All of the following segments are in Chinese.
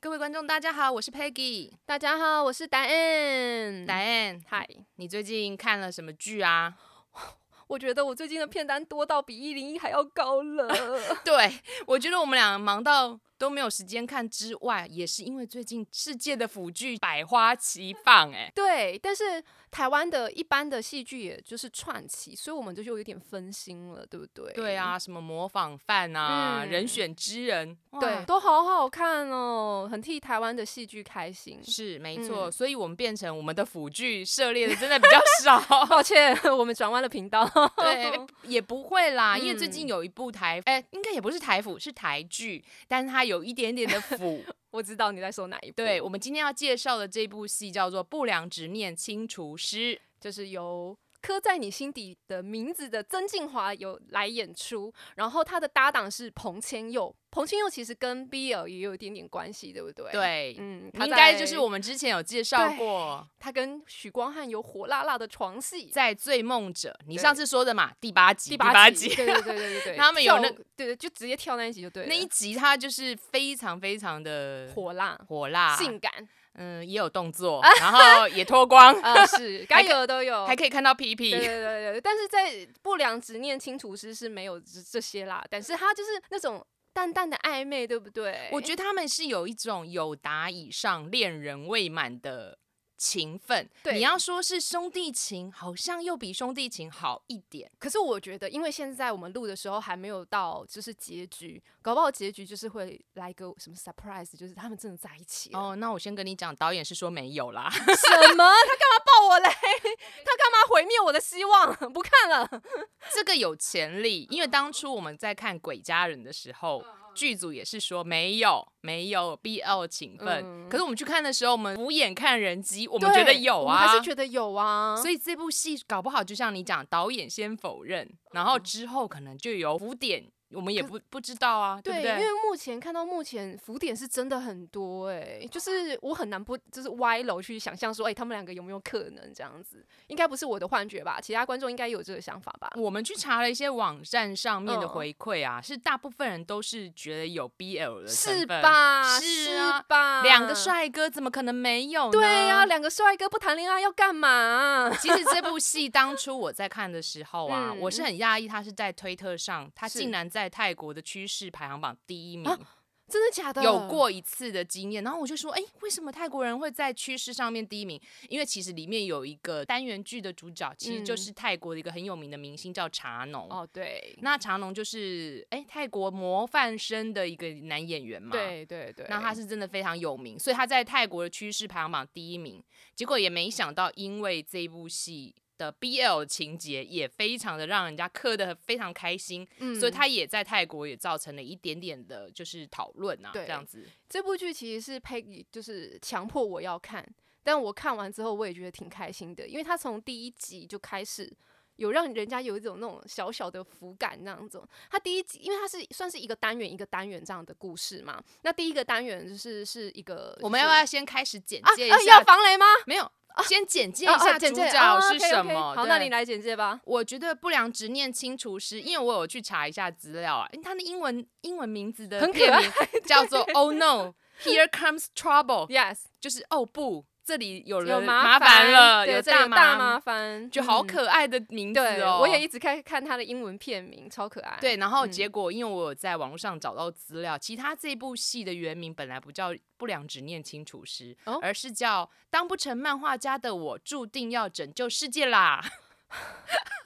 各位观众，大家好，我是 Peggy。大家好，我是达恩。答案，嗨，你最近看了什么剧 啊？我觉得我最近的片单多到比一零一还要高了。对，我觉得我们俩忙到都没有时间看，之外，也是因为最近世界的腐剧百花齐放、哎， 对，但是台湾的一般的戏剧也就是串起，所以我们就有点分心了，对不对？对，啊，什么模仿犯啊，嗯人选之人，哇对，都好好看哦，很替台湾的戏剧开 心。是没错，嗯所以我们变成我们的腐剧涉猎的真的比较 少。抱歉，我们转弯了频道。对，也不会啦，因为最近嗯有一部台，哎、应该也不是台腐，是台剧，但它有一点点的腐。 我知道你在说哪一部。对，我们今天要介绍的这部戏叫做《不良执念清除师》，就是由刻在你心底的名字的曾静华有来演出，然后他的搭档是彭千佑。彭千佑其实跟 BL 也有一点点关系，对不对？，对，嗯，他应该在就是我们之前有介绍对过，他跟许光汉有火辣辣的床戏，在《醉梦者》，你对上次说的嘛，第八集，八八集，集对对对 对对对，他们有那跳对对，就直接跳那一集就对了，那一集，它就是非常非常的火辣、火辣，性 感，嗯，也有动 作，然后也脱光，啊，是该可有的都有，还可以看到屁哦对对屁。对对对，但是在不良执念清除师是没有这这些啦，但是他就是那种淡淡的暧昧，对不对？我觉得他们是有一种有达以上恋人未满的情分，对你要说是兄弟情，好像又比兄弟情好一点。可是我觉得，因为现在我们录的时候还没有到就是结局，搞不好结局就是会来个什么 surprise，就是他们真的在一起了。哦，那我先跟你讲，导演是说没有啦。什么？他干嘛抱我嘞？他干嘛毁灭我的希望？ 不看了。这个有潜力，因为当初我们在看《鬼家人》的时嗯候，剧组也是说没有没有 BL 情分。嗯可是我们去看的时候，我们俯眼看人机，我我们觉得有啊，还是觉得有啊。所以这部戏搞不好就像你讲，导演先否认，然嗯后之后可能就有浮点，我们也不不知道啊，对对，不因对？为目前看到目前浮点是真的很多哎、就是我很难不就是歪楼去想象说，哎、他们两个有没有可能这样子？应该不是我的幻觉吧？其他观众应该也有这个想法吧？我们去查了一些网站上面的嗯回馈啊，是大部分人都是觉得有 BL 的成是分？吧？是啊吧？两个帅哥怎么可能没有呢？嗯对呀、两个帅哥不谈恋爱要干嘛？其实这部戏当初我在看的时候啊，嗯我是很讶异，他是在推特上，他是竟然在泰国的趋势排行榜第一名，啊真的假的？有过一次的经验。然后我就说，哎，为什么泰国人会在趋势上面第一名？因为其实里面有一个单元剧的主角，其实就是泰国的一个很有名的明星叫茶农。嗯哦，对，那茶农就是哎泰国模范生的一个男演员嘛，对对对，那他是真的非常有名，所以他在泰国的趋势排行榜第一名。结果也没想到，因为这一部戏的 BL 情节也非常的让人家磕得非常开心，嗯所以他也在泰国也造成了一点点的就是讨论啊，这对样子。这部剧其实是 Peggy 就是强迫我要看，但我看完之后我也觉得挺开心的，因为他从第一集就开始。有让人家有一种那种小小的浮感那样子。他第一集，因为它是算是一个单元一个单元这样的故事嘛。那第一个单元就是是一个，我们要就不是要先开始简啊介一啊下？要防雷吗？没有，先简介啊一啊下简主介角啊是，OK，OK，什么？好，那对你。来简介吧。我觉得不良执念清除师，因为我有去查一下资料啊，因为他的英文英文名字的很可片名叫做 Oh No。Here comes trouble， Yes，就是哦不，这里有有人麻烦了，对有这里有麻大麻烦，就好嗯可爱的名字对，哦。我也一直看看他的英文片名，超可爱。对，然后嗯结果因为我有在网络上找到资料，其实他这部戏的原名本来不叫《不良执念清除师》哦而是叫《当不成漫画家的我注定要拯救世界啦》。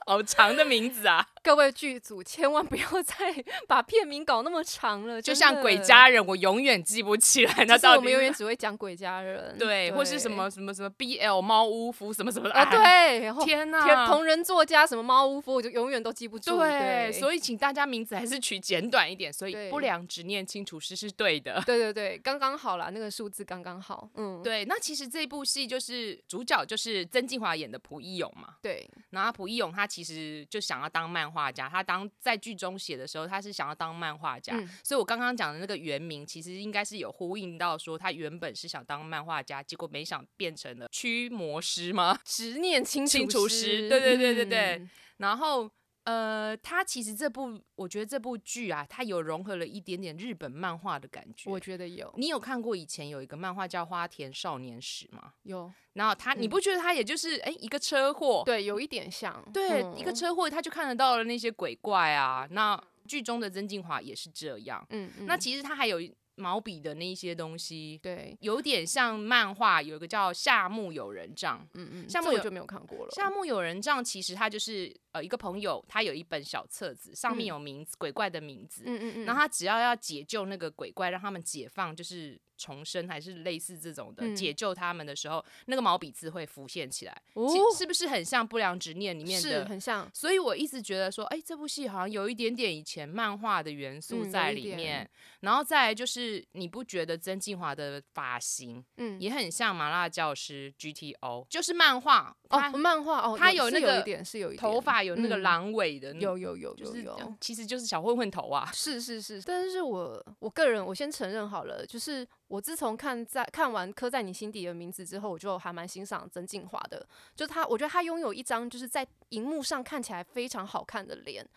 好长的名字 啊，各位剧组千万不要 再把片名搞那么长了，就真像的《鬼家人》，我永远记不起来那就是到我底们是永远只会讲鬼家人， 对，或是什么什么什么 BL 猫屋服什么什么的啊？，对， 然后哎天哪，天同人作家什么猫屋夫，我就永远都记不住。对，对，以所以请大家名字还是取简短一点，所以对不良执念清除师是对的。对对对，刚刚好啦，那个数字刚刚好。嗯，对，那其实这部戏就是主角就是曾静华演的蒲一勇嘛，对然后蒲一勇他其实就想要当漫画家，他当在剧中写的时候，他是想要当漫画家，嗯所以我刚刚讲的那个原名其实应该是有呼应到说他原本是想当漫画家，结果没想变成了驱魔师吗？ 执念清清除除师对对对对对嗯然后呃，它其实这部我觉得这部剧啊，它有融合了一点点日本漫画的感觉。我觉得有你有看过以前有一个漫画叫《花田少年史》吗？有，然后他，你嗯不觉得他也就是哎、一个车祸，对，有一点像，对，嗯一个，车祸他就看得到了那些鬼怪啊。那剧中的曾静华也是这样。嗯，嗯那其实他还有毛笔的那一些东西，对，有点像漫画有一个叫夏目友人帐。嗯嗯，像这我我有就没有看过了，夏目友人帐其实他就是呃一个朋友，他有一本小册子，上面嗯有名字、鬼怪的名字。嗯嗯嗯，然后他只要要解救那个鬼怪，让他们解放，就是重生还是类似这种的、嗯解救他们的时候，那个毛笔字会浮现起来。哦其是不是很像《不良执念》里面是的？很像，所以我一直觉得说，哎、这部戏好像有一点点以前漫画的元素嗯在有一里点面。然后再来就是，你不觉得曾静华的发型嗯，也很像《麻辣教师 GTO》，就是漫画，哦，他漫画哦，他有有那是有一个点是有一点头发有那个嗯狼尾的那，有有有就有是有，其实就是小混混头啊。是是是，但是我我个人我先承认好了，就是我自从看在看完《刻在你心底的名字》之后，我就还蛮欣赏曾静华的，就他，我觉得他拥有一张就是在荧幕上看起来非常好看的脸。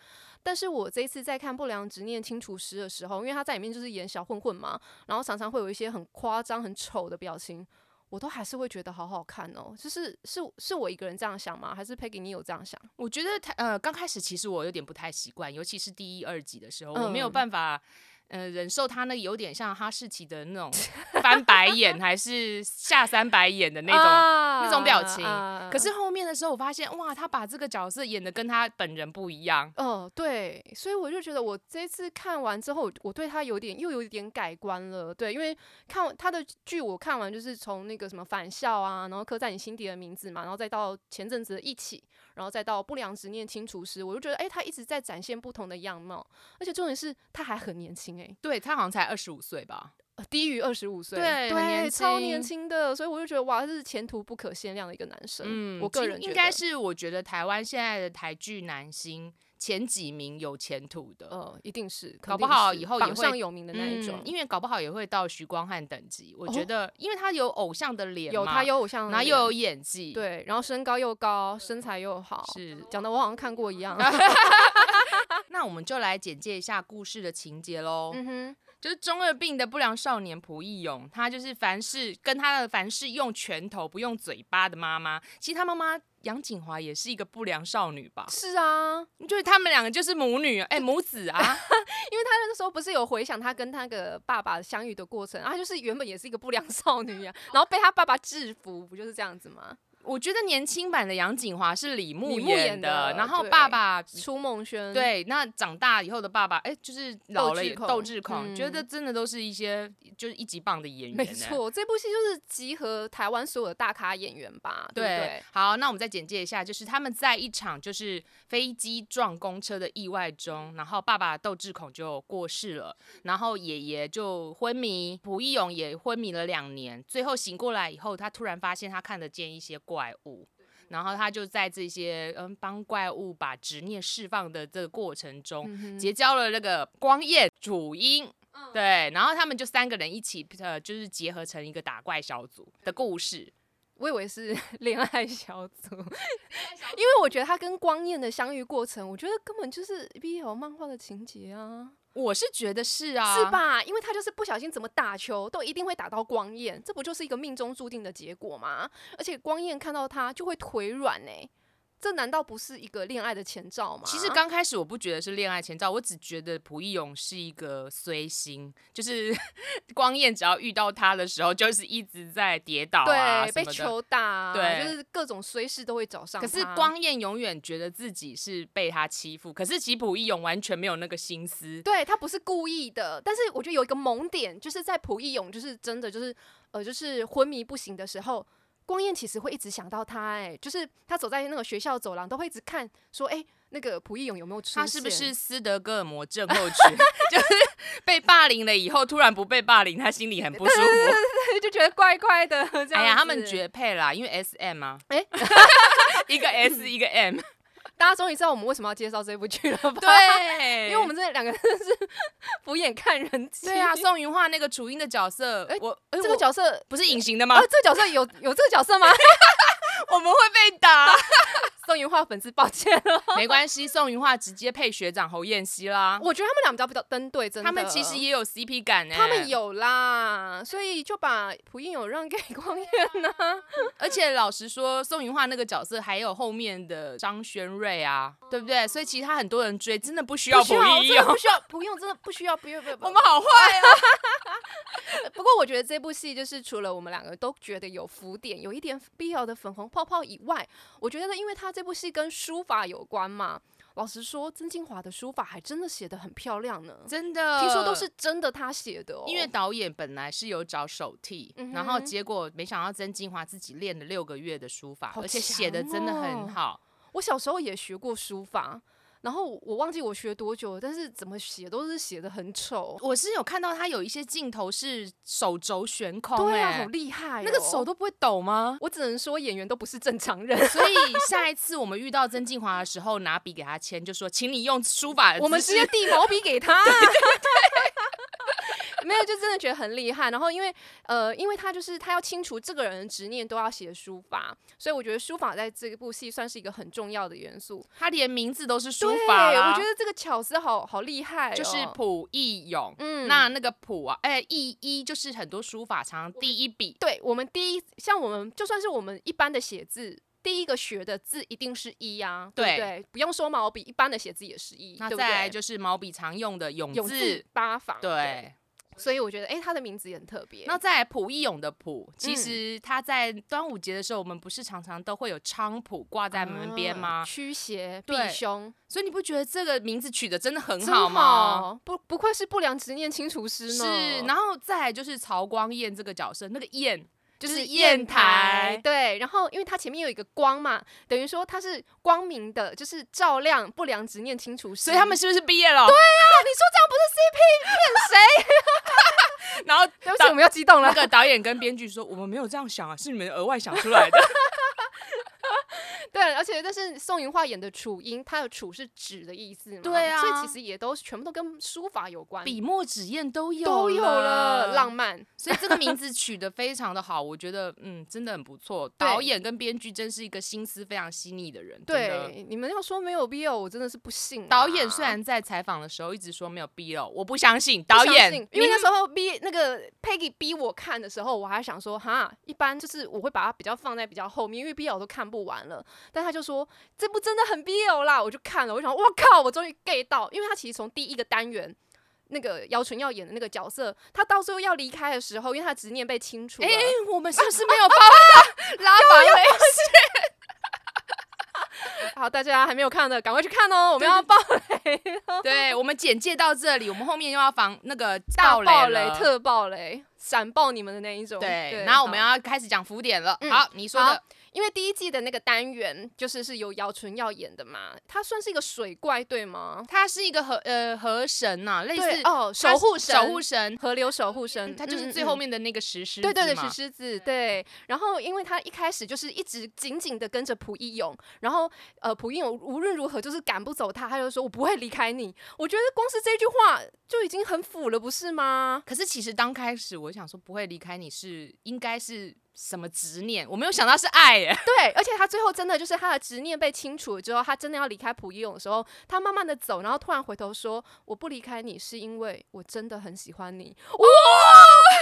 但是我这一次在看《不良执念清除师》的时候，因为他在里面就是演小混混嘛，然后常常会有一些很夸张、很丑的表情，我都还是会觉得好好看哦。就是是是我一个人这样想吗？还是 Peggy 你有这样想？我觉得他呃，刚开始其实我有点不太习惯，尤其是第一、二集的时候，我没有嗯办法呃忍受他那有点像哈士奇的那种翻白眼，还是下三白眼的那种。啊那种表情啊可是后面的时候，我发现哇，他把这个角色演的跟他本人不一样。哦，对，所以我就觉得我这次看完之后，我对他有点又有一点改观了。对，因为看完他的剧，我看完就是从那个什么返校啊，然后刻在你心底的名字嘛，然后再到前阵子的一起，然后再到不良执念清除师，我就觉得哎，他一直在展现不同的样貌，而且重点是他还很年轻哎、对他好像才二十五岁吧？呃低于二十五岁，对很年超年轻轻的，所以我就觉得哇，这是前途不可限量的一个男生。嗯，我个其人应觉该得是我觉得台湾现在的台剧男星前几名有前途的。呃，一定是，肯搞不定好是以后也会榜上有名的那一种哦嗯，，因为搞不好也会到徐光汉等级，我觉哦得，因为他有偶像的脸嘛，有他有偶像的脸，然后又有演技，，对，然后身高又高，身材又好，是。讲的我好像看过 一样。啊那我们就来简介一下故事的情节喽。嗯哼，就是中二病的不良少年蒲义勇，他就是凡事跟他的凡事用拳头不用嘴巴的妈妈。其实他妈妈杨景华也是一个不良少女吧？是啊，就是他们两个就是母女，哎、母子啊。他那时候不是有回想他跟他那个爸爸相遇的过程，啊，就是原本也是一个不良少女啊，然后被他爸爸制服，不就是这样子吗？我觉得年轻版的杨景华是李李牧牧演的的然后对爸爸初梦轩，，嗯对，那长大以后的爸爸，哎、就是老了志也孔斗志孔，觉嗯得真的都是一些就是一级棒的演员、没哎错，这部戏就是集合台湾所有的大咖演员吧，对不对？好，那我们再简介一下，就是他们在一场就是飞机撞公车的意外中，然后爸爸窦智孔就过世了，然后爷爷就昏迷，蒲义勇也昏迷了两年，最后醒过来以后，他突然发现他看得见一些怪物。然后他就在这些嗯帮怪物把执念释放的这个过程中，嗯哼嗯结交了那个光彦、主音，对，然后他们就三个人一起呃就是结合成一个打怪小组的故事。我以为是 恋爱小组，因为我觉得他跟光彦的相遇过程，我觉得根本就是 BL 漫画的情节啊。我是觉得是啊，是？吧？因为他就是不小心怎么打球都一定会打到光彦，这不就是一个命中注定的结果吗？而且光彦看到他就会腿软呢、这难道不是一个恋爱的前兆吗？其实刚开始我不觉得是恋爱前兆，我只觉得蒲义勇是一个随心，就是 光彦只要遇到他的时候，就是一直在跌倒啊对什么被的。球打啊，对就是各种衰事都会找上可他。是光彦永远觉得自己是被他欺负，可是其实蒲义勇完全没有那个心思。对他不是故意的，但是我觉得有一个萌点，就是在蒲义勇就是真的就是呃就是昏迷不醒的时候，光彦其实会一直想到他、哎，就是他走在那个学校走廊都会一直看说，哎、那个蒲义勇有没有出现？他是不是斯德哥尔摩症候群？ 就是被霸凌了以后，突然不被霸凌，他心里很不舒服。 就觉得怪怪的。这样哎呀，他们子绝配啦，因为 S M 啊，哎 一个 S 一个 M，大家终于知道我们为什么要介绍这部剧了吧？， 对， 因为我们这两个真的是 敷衍看人 机。对啊，宋云画那个楚英的角色，呃哎我哎这我个角色 啊不是隐形的吗 啊，？这个角色有有这个角色吗？ 我们会被打，宋云画粉丝抱歉了。没关系，宋云画直接配学长侯彦希 啦。我觉得他们俩比较比较登对，真的。嗯他们其实也有 CP 感呢、他们， 有啦，所以就把蒲英有让给 光彦呐、而且老实说，宋云画那个角色还有后面的张轩瑞啊，对不对？所以其实他很多人追，真的不需要不蒲需要，一真的勇不。需要，不用，真的不需要，不用，不用。不我用们好坏啊！不过我觉得这部戏就是除了我们两个都觉得有浮点，有一点必要的粉红泡泡以外，我觉得因为它这部戏跟书法有关嘛，老实说，曾静华的书法还真的写得很漂亮呢。真的，听说都是真的，他写的哦。因为导演本来是有找手替，嗯哼然后结果没想到曾金华自己练了六个月的书法，好而且写的强真的哦很好。我小时候也学过书法，然后我我忘记我学多久了，但是怎么写都是写的很丑。我是有看到他有一些镜头是手肘悬空、对啊，哎好厉害哦、那个手都不会抖吗？ 我只能说演员都不是正常人。所以下一次我们遇到曾静华的时候，拿笔给他签，就说请你用书法的姿势。我们直接递毛笔给他。 没有，就真的觉得很厉害。然后因为呃，因为他就是他要清除这个人的执念，都要写书法，所以我觉得书法在这部戏算是一个很重要的元素。他连名字都是书法对，啦我觉得这个巧思好好厉害、哦，就是溥义勇。嗯，那那个溥啊，哎、义一就是很多书法常常第一笔，对我们第一，像我们就算是我们一般的写字。第一个学的字一定是一啊，对不对对？不用说毛笔，一般的写字也是一，那对不再来对？就是毛笔常用的永有字八法，对，所以我觉得，哎，他的名字也很特别。那再来溥义勇的溥，其实他在端午节的时候，我们不是常常都会有菖蒲挂在门边吗？啊驱邪避对凶，所以你不觉得这个名字取得真的很真好吗？？不不愧是不良执念清除师呢。是，然后再来就是曹光彦这个角色，那个彦就就是是砚砚台台，，对。然后因为它前面有一个光嘛，等于说它是光明的，就是照亮不良执念清除师。所以他们是不是毕业了？对啊，你说这样不是 CP 骗谁？ 然后对不起，我们要激动那了。个导演跟编剧说，我们没有这样想啊，是你们额外想出来的。 对，而且但是宋云画演的楚英，它的楚是指的意思嘛，对啊所以其实也都是全部都跟书法有关，笔墨纸砚都有都有了浪漫。所以这个名字取得非常的好，我觉得嗯，真的很不错。对导演跟编剧真是一个心思非常细腻的人。真的，对，你们要说没有必要，我真的是不信啊、导演虽然在采访的时候一直说没有 B 了，我不相信不导相演嗯信，因为那时候候逼那个 Peggy 逼我看的时候，我还想说哈，一般就是我会把它比较放在比较后面，因为 BL 都看不完了。但他就说这部真的很 BL 啦，我就看了，我就想我靠，我终于 get 到，因为他其实从第一个单元。那个姚纯耀演的那个角色，他到最后要离开的时候，因为他执念被清除了，哎、我们是 不是没有把拉法回？好，大家还没有看的，赶快去看哦！我们要对爆对我们简介到这里，我们后面又要防那个大雷爆雷、了特爆雷、闪爆你们的那一种。对，然后我们好要开始讲浮点了。嗯好，你说好的因为第一季的那个单元就是是由姚纯耀演的嘛，他算是一个水怪对吗？他是一个河呃河神呐、类对似哦，他守护是神，守护神，河流守护神，他就嗯是嗯最后嗯面的那个石狮子嘛，对对对，石狮子嗯对。然后，因为他一开始就是一直紧紧的跟着蒲一勇，然后呃，蒲一勇无论如何就是赶不走他，他就说我不会离开你。我觉得光是这句话就已经很腐了，不是吗？可是其实当开始我想说不会离开你是应该是什么执念，我没有想到是爱耶。对，而且他最后真的就是他的执念被清除了之后，他真的要离开蒲一勇的时候，他慢慢的走，然后突然回头说：“我不离开你，是因为我真的很喜欢你。”哇！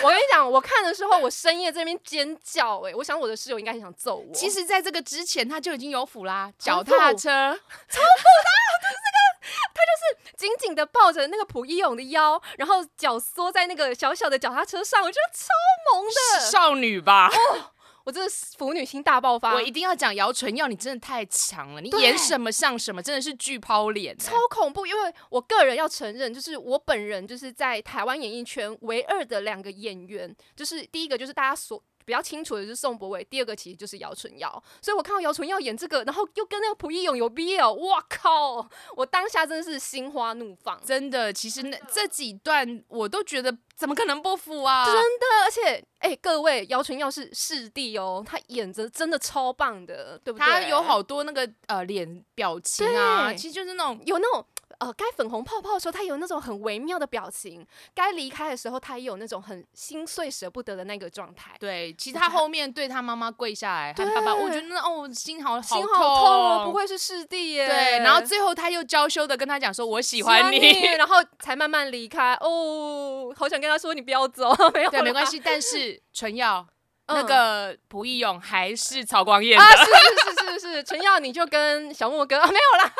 我跟你讲，我看的时候，我深夜这边尖叫、欸，我想我的室友应该很想揍我。哦其实在这个之前他就已经有腐啦，脚很腐踏车，啊紧紧的抱着那个蒲一勇的腰，然后脚缩在那个小小的脚踏车上，我觉得超萌的，少女吧，我真的是腐女心大爆发，我一定要讲姚纯耀，你真的太强了，你啊对演什么像什么，真的是巨抛脸欸耶，超恐怖，因为我个人要承认，就是我本人就是在台湾演艺圈唯二的两个演员，就是第一个就是大家所比较清楚的就是宋博伟，第二个其实就是姚纯耀。所以我看到姚纯耀演这个，然后又跟那个蒲一勇有 BL，哇靠！我当下真的是心花怒放。真的。其实那这几段我都觉得怎么可能不服啊？真的，而且哎、各位姚纯耀是师弟哦，他演的真的超棒的，对不对？他有好多那个呃脸表情啊，对其实就是那种有那种呃，该粉红泡泡的时候，他有那种很微妙的表情；该离开的时候，他也有那种很心碎舍不得的那个状态。对。其实我他觉得后面对他妈妈跪下来，和对爸爸，我觉得那哦心好心痛好痛哦，不。愧是师弟耶。对，然后最后他又娇羞的跟他讲说：“我喜欢你。喜然后才慢慢离开。哦，好想跟他说你不要走， 没有，对，没关。系。但是纯耀、那嗯个朴义勇还是曹光彦的，啊，是是是是是，陈耀你就跟小莫哥、啊、没有啦，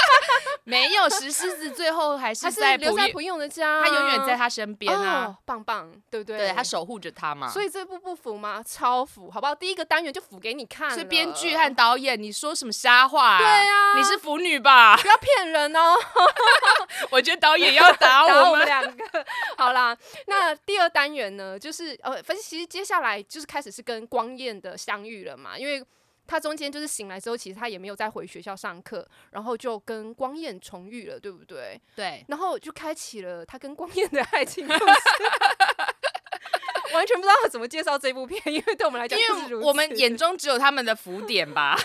没有石狮子，最后还是他是在留朴在义，朴勇的家，他永远在他身边啊哦，，棒棒，对不对？对他守护着他嘛。所以这部不服吗？超服，好不好？第一个单元就服给你看了。所以编剧和导演，你说什么瞎话、对啊，你是腐女吧？ 不要骗人哦，我觉得导演要 打打啊我我们们。两个。 好啦，那第二单元呢，就是呃，反正其实接下来就是开始是跟光彦的相遇了嘛，因为。他中间就是醒来之后，其实他也没有再回学校上课，然后就跟光彦重遇了，对不对？ 对，然后就开启了他跟光彦的爱 情故事。完全不知道怎么介绍这部片，因为对我们来因讲就是为如此，我们眼中只有他们的浮点 吧。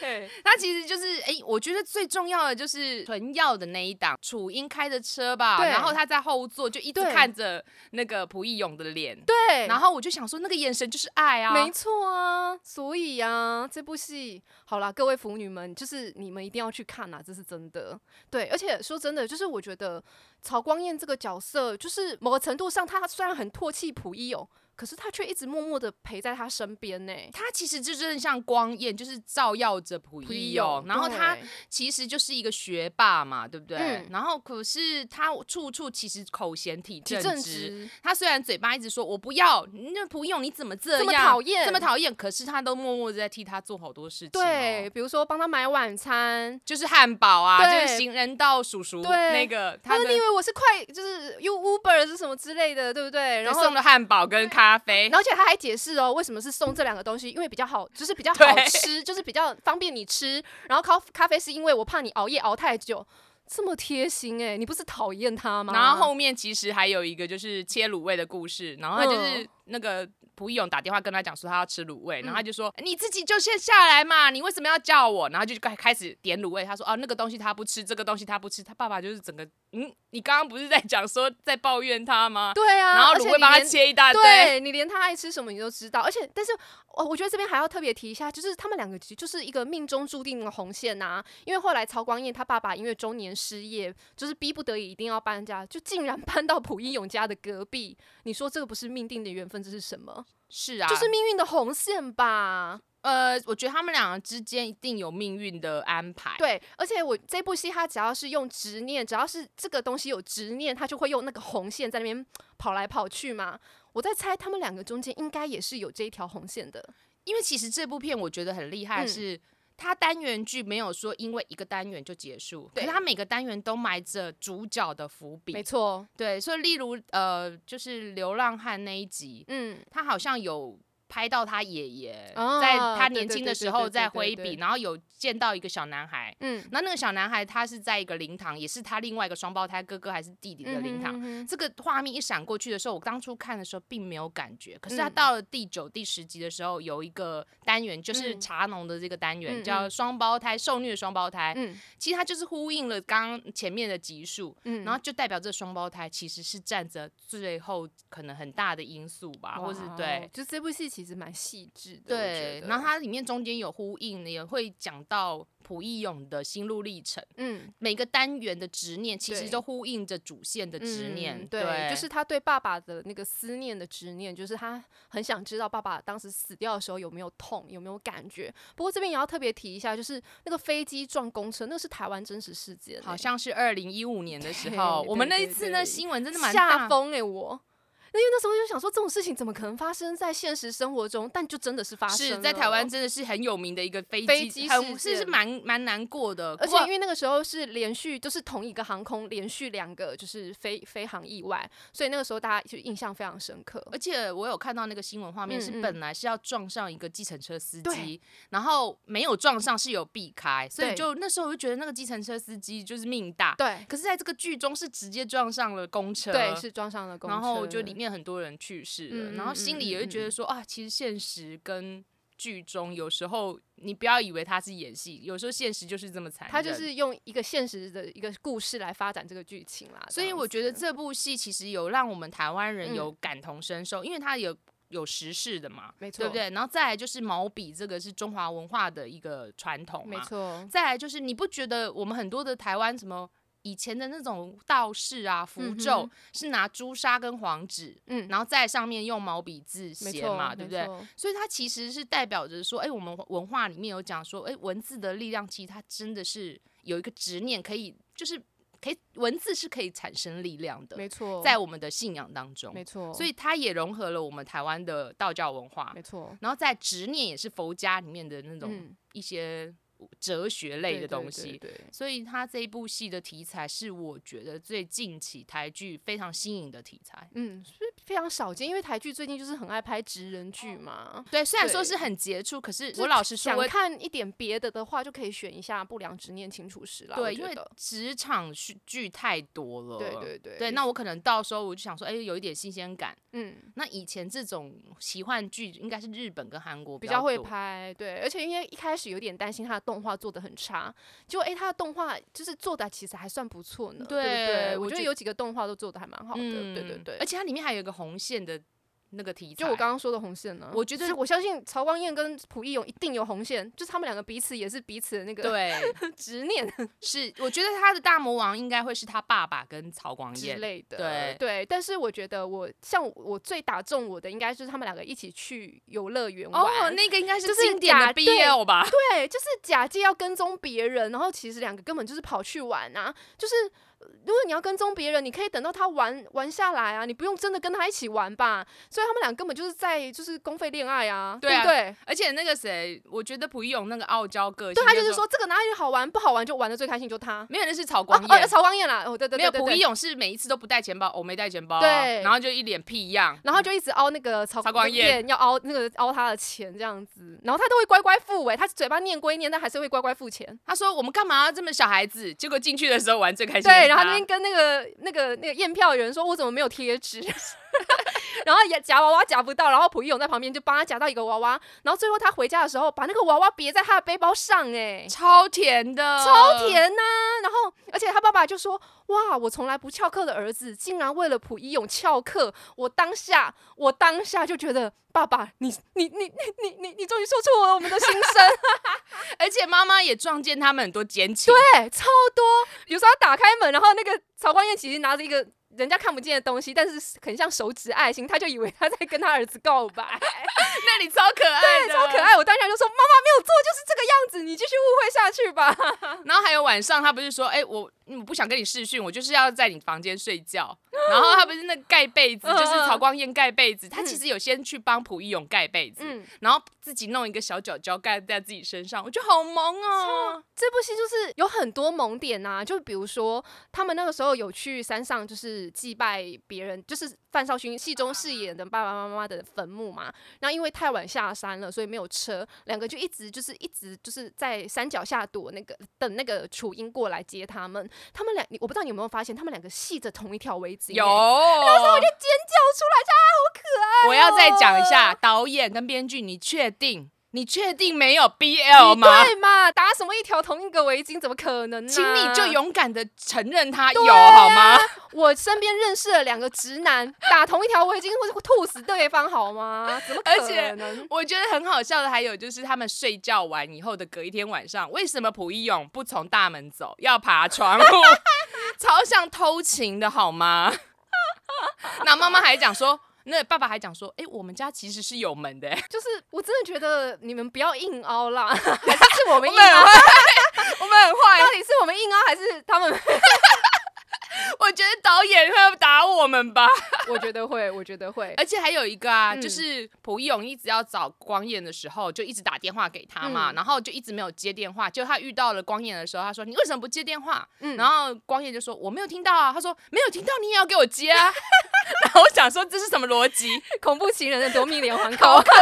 对他其实就是，哎、我觉得最重要的就是纯耀的那一档，楚英开着车吧，对然后他在后座就一直对看着那个蒲义勇的脸， 对，然后我就想说，那个眼神就是爱啊。没错啊，所以啊，这部戏好啦，各位腐女们，就是你们一定要去看啊，这是真的。对，而且说真的，就是我觉得曹光彦这个角色，就是某个程度上，他虽然很唾弃溥仪哦，可是他却一直默默的陪在他身边呢。他其实就真的像光焰，就是照耀着蒲溥义仪勇，然后他哦对其实就是一个学霸嘛，对不对？嗯然后可是他处处其实口嫌体体正正直，直他虽然嘴巴一直说我不要，那蒲义勇你怎么这这样么讨厌，这么讨厌，可是他都默默地在替他做好多事情、哦，对，，比如说帮他买晚餐。就是汉堡啊，对就是行人道叔叔对那个他他说：“的你以为我是快，就是用 Uber 是什么之类的，对不对？”然后送的汉堡跟咖啡然，后而且他还解释哦，为什么是送这两个东西，因为比较好，就是比较好对吃，就是比较方便你吃。然后咖咖啡是因为我怕你熬夜熬太久，这么贴心哎、你不是讨厌他吗？然后后面其实还有一个就是切卤味的故事，然后他就是嗯那个蒲义勇打电话跟他讲说他要吃卤味，然后他就说你自己就先下来嘛，你为什么要叫我？然后就开开始点卤味，他说啊那个东西他不吃，这个东西他不吃，他爸爸就是整个嗯，你刚刚不是在讲说在抱怨他吗？对啊，然后而且卤你味帮他连切一大堆，对你连他爱吃什么你都知道，而且但是我我觉得这边还要特别提一下，就是他们两个其实就是一个命中注定的红线呐、因为后来曹光彦他爸爸因为中年失业，就是逼不得已一定要搬家，就竟然 搬到溥英勇家的隔壁。你说这个不是命定的缘分，这是什么？是啊，就是命运的红线吧。呃，我觉得他们两个之间一定有命运的安排。对，而且我这部戏，它只要是用执念，只要是这个东西有执念，它就会用那个红线在那边跑来跑去嘛。我在猜，他们两个中间应该也是有这一条红线的。因为其实这部片我觉得很厉害嗯是。它单元剧没有说因为一个单元就结束，可对是它每个单元都埋着主角的伏笔没。错，对，所以例如呃，就是流浪汉那一集，嗯，他好像有拍到他爷爷、啊在他对年对轻对的对时候对在对对挥对笔，然后有见到一个小男孩。嗯，那那个小男孩他是在一个灵堂，也是他另外一个双胞胎哥哥还是弟弟的灵堂，嗯哼这个画面一闪过去的时候，我当初看的时候并没有感觉，可是它嗯到了第九、第十集的时候，有一个单元就是嗯茶农的这个单元、嗯嗯叫双胞胎受虐双胞胎，嗯其实它就是呼应了刚刚前面的集数。嗯，然后就代表这双胞胎其实是占着最后可能很大的因素吧，或是哇对哦，就这部戏其实蛮细致的。我觉对。得然后它里面中间有呼应，也会讲到朴义勇的心路历程，嗯，每个单元的执念其实对都呼应着主线的执嗯念，对，就是他对爸爸的那个思念的执念，就是他很想知道爸爸当时死掉的时候有没有痛，有没有感觉。不过这边也要特别提一下，就是那个飞机撞公车，那个是台湾真实事件欸、好像是二零一五年的时对候，我们那对一对次那对新闻真的蛮吓大，疯哎我。那因为那时候就想说，这种事情怎么可能发生在现实生活中？但就真的是发生是了在台哦湾真的是很有名的一个飞飞机，机很事是是件蛮蛮难过的。不而且过因为那个时候是连续，就是同一个航空连续两个就是飞飞航意外，所以那个时候大家就印象非常深刻。而且我有看到那个新闻画面，嗯是嗯本来是要撞上一个计程车司机对，然后没有撞上，是有避开，所以对就那时候我就觉得那个计程车司机就是命大。对可是在这个剧中是直接撞上了公车，对，是装上了公车，然后就里面很多人去世了，嗯然后嗯心嗯里也会嗯觉得说、啊，其实现实跟剧中有时候你不要以为他是演戏，有时候现实就是这么残忍。他就是用一个现实的一个故事来发展这个剧情啦。所以样我子觉得这部戏其实有让我们台湾人嗯有感同身受，因为它有有时事的嘛，没对错不对？然后再来就是毛笔，这个是中华文化的一个传统嘛。没错，再来就是你不觉得我们很多的台湾什么以前的那种道士啊、符咒、嗯是拿朱砂跟黄纸，嗯，然后在上面用毛笔字没写错嘛，对不？没对？错所以它其实是代表着说，哎、我们文化里面有讲说，哎、文字的力量其实它真的是有一个执念，可以就是可以文字是可以产生力量的，没错，在我们的信仰当中没，错，所以它也融合了我们台湾的道教文化没，错，然后在执念也是佛家里面的那种嗯，一些哲学类的东西。对，对对所以它这一部戏的题材是我觉得最近期台剧非常新颖的题材。嗯，是非常少见，因为台剧最近就是很爱拍职人剧嘛。对，虽然说对是很杰出，可是就是哦我老实说，想我看一点别的的话，就可以选一下《不良执念清除师》啦。我对，因觉为得职场剧剧太多了，对对对对那我可能到时候我就想说，哎、有一点新鲜感。嗯那以前这种奇幻剧应该是日本跟韩国比较较会多，拍，对，而且因为一开始有点担心他的动画做的很差，结果诶，他的动画就是做的其实还算不错呢，对对不对？我我觉得觉有几个动画都做的还蛮好的，对对对。嗯而且它里面还有一个红线的那个题材，就我刚刚说的红线呢、我觉得是我相信曹光彦跟蒲熠勇一定有红线，就是他们两个彼此也是彼此的那个对， 执念是我觉得他的大魔王应该会是他爸爸跟曹光之彦，类的。对但是我觉得我像我我最打中我的，应该就是他们两个一起去游乐园玩。哦，那个应该是就是经典的假对 BL 吧？对，就是假借要跟踪别人，然后其实两个根本就是跑去玩啊。就是呃如果你要跟踪别人，你可以等到他玩玩下来啊，你不用真的跟他一起玩吧。所以他们俩根本就是在就是公费恋爱啊，对啊不对？而且那个谁，我觉得蒲一勇那个傲娇个性，对他就是那时候说这个哪里好玩，不好玩就玩的最开心就他。没有，那是曹哦光哦，彦。曹光彦啦，哦对对没有，对对蒲一对，勇是每一次都不带钱包，我、没带钱包，啊对然后就一脸屁样，然后就一直凹那个曹曹嗯光彦要凹那个凹他的钱这样子，然后他都会乖乖付欸诶、他嘴巴念归念，但还是会乖乖付钱。他说我们干嘛要这么小孩子？结果进去的时候玩最开心的对，是他，然后他那边跟那个那个那个验票的人说，我怎么没有贴纸？ 然后也夹娃娃夹不到，然后蒲一勇在旁边就帮他夹到一个娃娃，然后最后他回家的时候把那个娃娃别在他的背包上、诶，超甜的，超。甜呐、然后，而且他爸爸就说：“哇，我从来不翘课的儿子，竟然为了溥仪勇翘课！”我当下，我当下就觉得，爸爸，你你你你你你，你终于说出我我们的心声，而且妈妈也撞见他们很多奸情，对，哎超多。比如说，他打开门，然后那个曹光彦其实拿着一个人家看不见的东西，但是很像手指爱心，他就以为他在跟他儿子告白，那里超可爱对，的，超可。爱。我当下就说：“妈妈没有做，就是这个样子，你继续误会下去吧。”然后还有晚上，他不是说，哎、我我不想跟你视讯，我就是要在你房间睡 觉。然后他不是那个盖被子，嗯就是曹光彦盖被子，他嗯其实有先去帮蒲一勇盖被子，嗯然后自己弄一个小脚胶盖在自己身上，我觉得好萌哦。这部戏就是有很多萌点呐、就比如说他们那个时候有去山上，就是祭拜别人，就是范少勋戏中饰演的爸爸妈妈的坟墓嘛。然后因为太晚下山了，所以没有车，两个就一直就是一直就是在山脚下躲那个等那个楚英过来接他们。他们俩，你我不知道你有没有发现，他们两个系着同一条围巾欸，有，叫我就出来他哦我要再讲一下，导演跟编剧，你确定？你确定没有 BL 吗？对啊嘛？打什么一条同一个围巾，怎么可能啊呢、请你就有。勇敢的承认他有对啊好吗？我身边认识了两个直男，打同一条围巾会吐死对方好吗？怎么可而且能？我觉得很好笑的还有就是他们睡觉完以后的隔一天晚上，为什么蒲一勇不从大门走，要爬窗 户？超像偷情的好吗？那妈妈还讲说，那爸爸还讲说，哎、我们家其实是有门的、欸 就是我真的觉得你们不要硬凹啦， 还是是我们硬凹？我们很坏，到底是我们硬凹还是他们？我觉得导演会打我们吧。我觉得会，我觉得会。而且还有一个啊，嗯就是蒲一勇一直要找光彦的时候，就一直打电话给他嘛，嗯然后就一直没有接电话。就他遇到了光彦的时候，他说：“你为什么不接电话？”嗯然后光彦就说：“我没有听到啊。”他说：“没有听到，你也要给我接啊。” 然后我想说这是什么逻辑？恐怖情人的夺命连环好扣，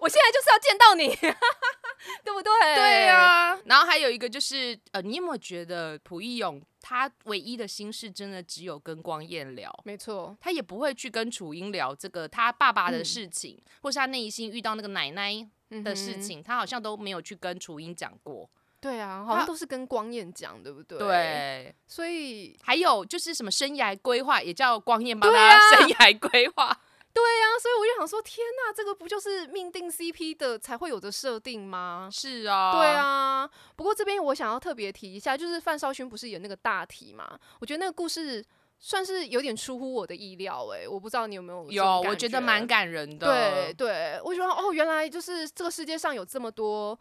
我现在就是要见到你， 对不对？对、啊。然后还有一个就是，呃，你有没有觉得蒲一勇他唯一的心事真的只有跟光彦聊？没错，他也不会去跟楚英聊这个他爸爸的嗯事情，或是他内心遇到那个奶奶嗯的事哼，情，他好像都没有去跟楚英讲过。对啊，好像他都是跟光彦讲，对不对？对，，所以还有就是什么生涯规划，也叫光彦帮对他啊生涯规划。对啊，所以我就想说，天呐，这个不就是命定 CP 的才会有的设定吗？ 是啊，对，啊，不过这边我想要特别提一下，就是范少勋不是演那个大题嘛？我觉得那个故事算是有点出乎我的意料、欸，我不知道你有没有这种有，感我觉得蛮感人的。对对，我觉得哦，原来就是这个世界上有这么多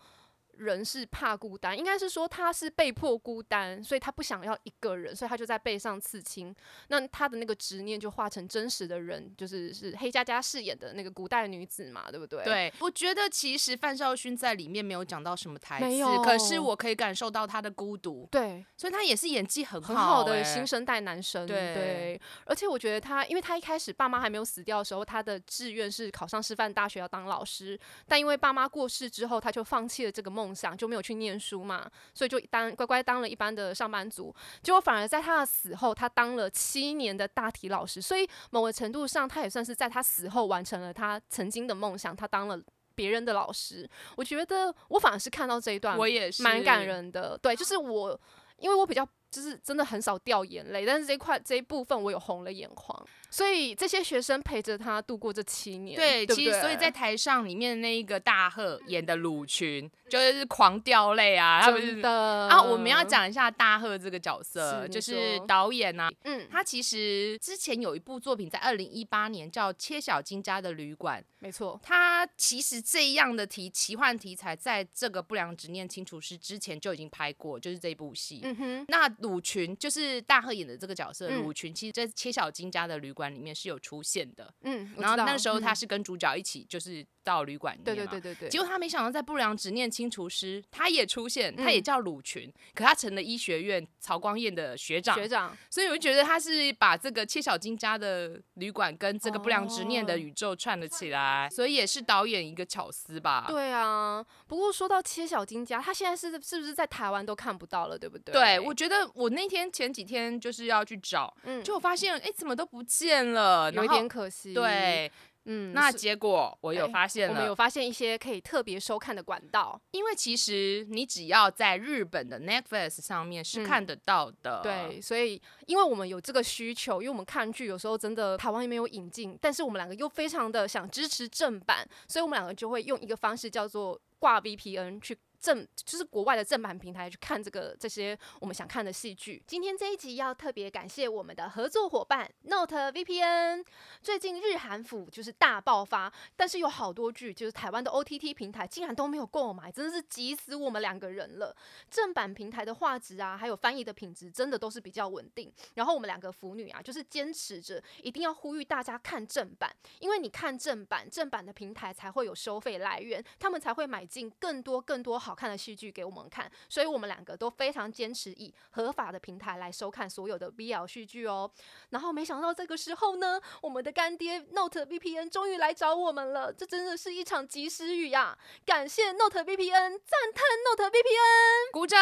人是怕孤单，应该是说他是被迫孤单，所以他不想要一个人，所以他就在背上刺青。那他的那个执念就化成真实的人，就是是黑佳佳饰演的那个古代女子嘛，对不对？对，我觉得其实范少勋在里面没有讲到什么台没词有，可是我可以感受到他的孤独，对，所以他也是演技很很好欸的新生代男生，对而且我觉得他，因为他一开始爸妈还没有死掉的时候，他的志愿是考上师范大学要当老师，但因为爸妈过世之后，他就放弃了这个梦想，就没有去念书嘛，所以就当乖乖当了一般的上班族。结果反而在他的死后，他当了七年的大体老师，所以某个程度上，他也算是在他死后完成了他曾经的梦想，他当了。别人的老师，我觉得我反而是看到这一段，我也是蛮感。人的。对，就是我，因为我比较就是真的很少掉眼泪，但是这一块这一部分我有红了眼眶，所以这些学生陪着他度过这七年。对，对不其实所以在台上里面那一个大赫演的鲁群，就是狂掉泪啊，他们真是的啊，我们要，讲一下大赫这个角色，嗯是就你是说导演啊，嗯，他其实之前有一部作品在二零一八年叫《切小金家的旅馆》，没错，他其实这样的题奇幻题材，在这个《不良执念清除师》之前就已经拍过，就是这部戏。嗯哼，那鲁群就是大赫演的这个角色，嗯鲁、群其实在《切小金家的旅馆》里面是有出现的。嗯，我然后知道那时候他嗯是跟主角一起，就是到旅馆里对面对嘛对对对，结果他没想到在《不良执念清除师》，他也出现，他嗯也叫鲁群，可他成了医学院曹光彦的学长，学长所以我就觉得他是把这个切小金家的旅馆跟这个不良执念的哦宇宙串了起来，所以也是导演一个巧思吧。对啊，不过说到切小金家，他现在是是不是在台湾都看不到了，对不对？对，我觉得我那天前几天就是要去找，嗯，就我发现哎、诶怎么都不见了，有一然后点可惜。，对。嗯，那是结果我有哎发现我了，们有发现一些可以特别收看的管道，因为其实你只要在日本的 Netflix 上面是嗯看得到的，对，所以因为我们有这个需求，因为我们看剧有时候真的台湾也没有引进，但是我们两个又非常的想支持正版，所以我们两个就会用一个方式叫做挂 VPN 去。正就是国外的正版平台去看这个这些我们想看的戏剧。今天这一集要特别感谢我们的合作伙伴 Note VPN。最近日韩腐就是大爆发，但是有好多剧就是台湾的 OTT 平台竟然都没有购买，真的是急死我们两个人了。正版平台的画质啊，还有翻译的品质，真的都是比较稳定。然后我们两个腐女啊，就是坚持着一定要呼吁大家看正版，因为你看正版，正版的平台才会有收费来源，他们才会买进更多更多好看的戏剧给我们看。所以我们两个都非常坚持以合法的平台来收看所有的 BL 戏剧哦。然后没想到这个时候呢，我们的干爹 Note VPN 终于来找我们了，这真的是一场及时雨啊！感谢 Note VPN，赞叹 Note VPN。鼓掌！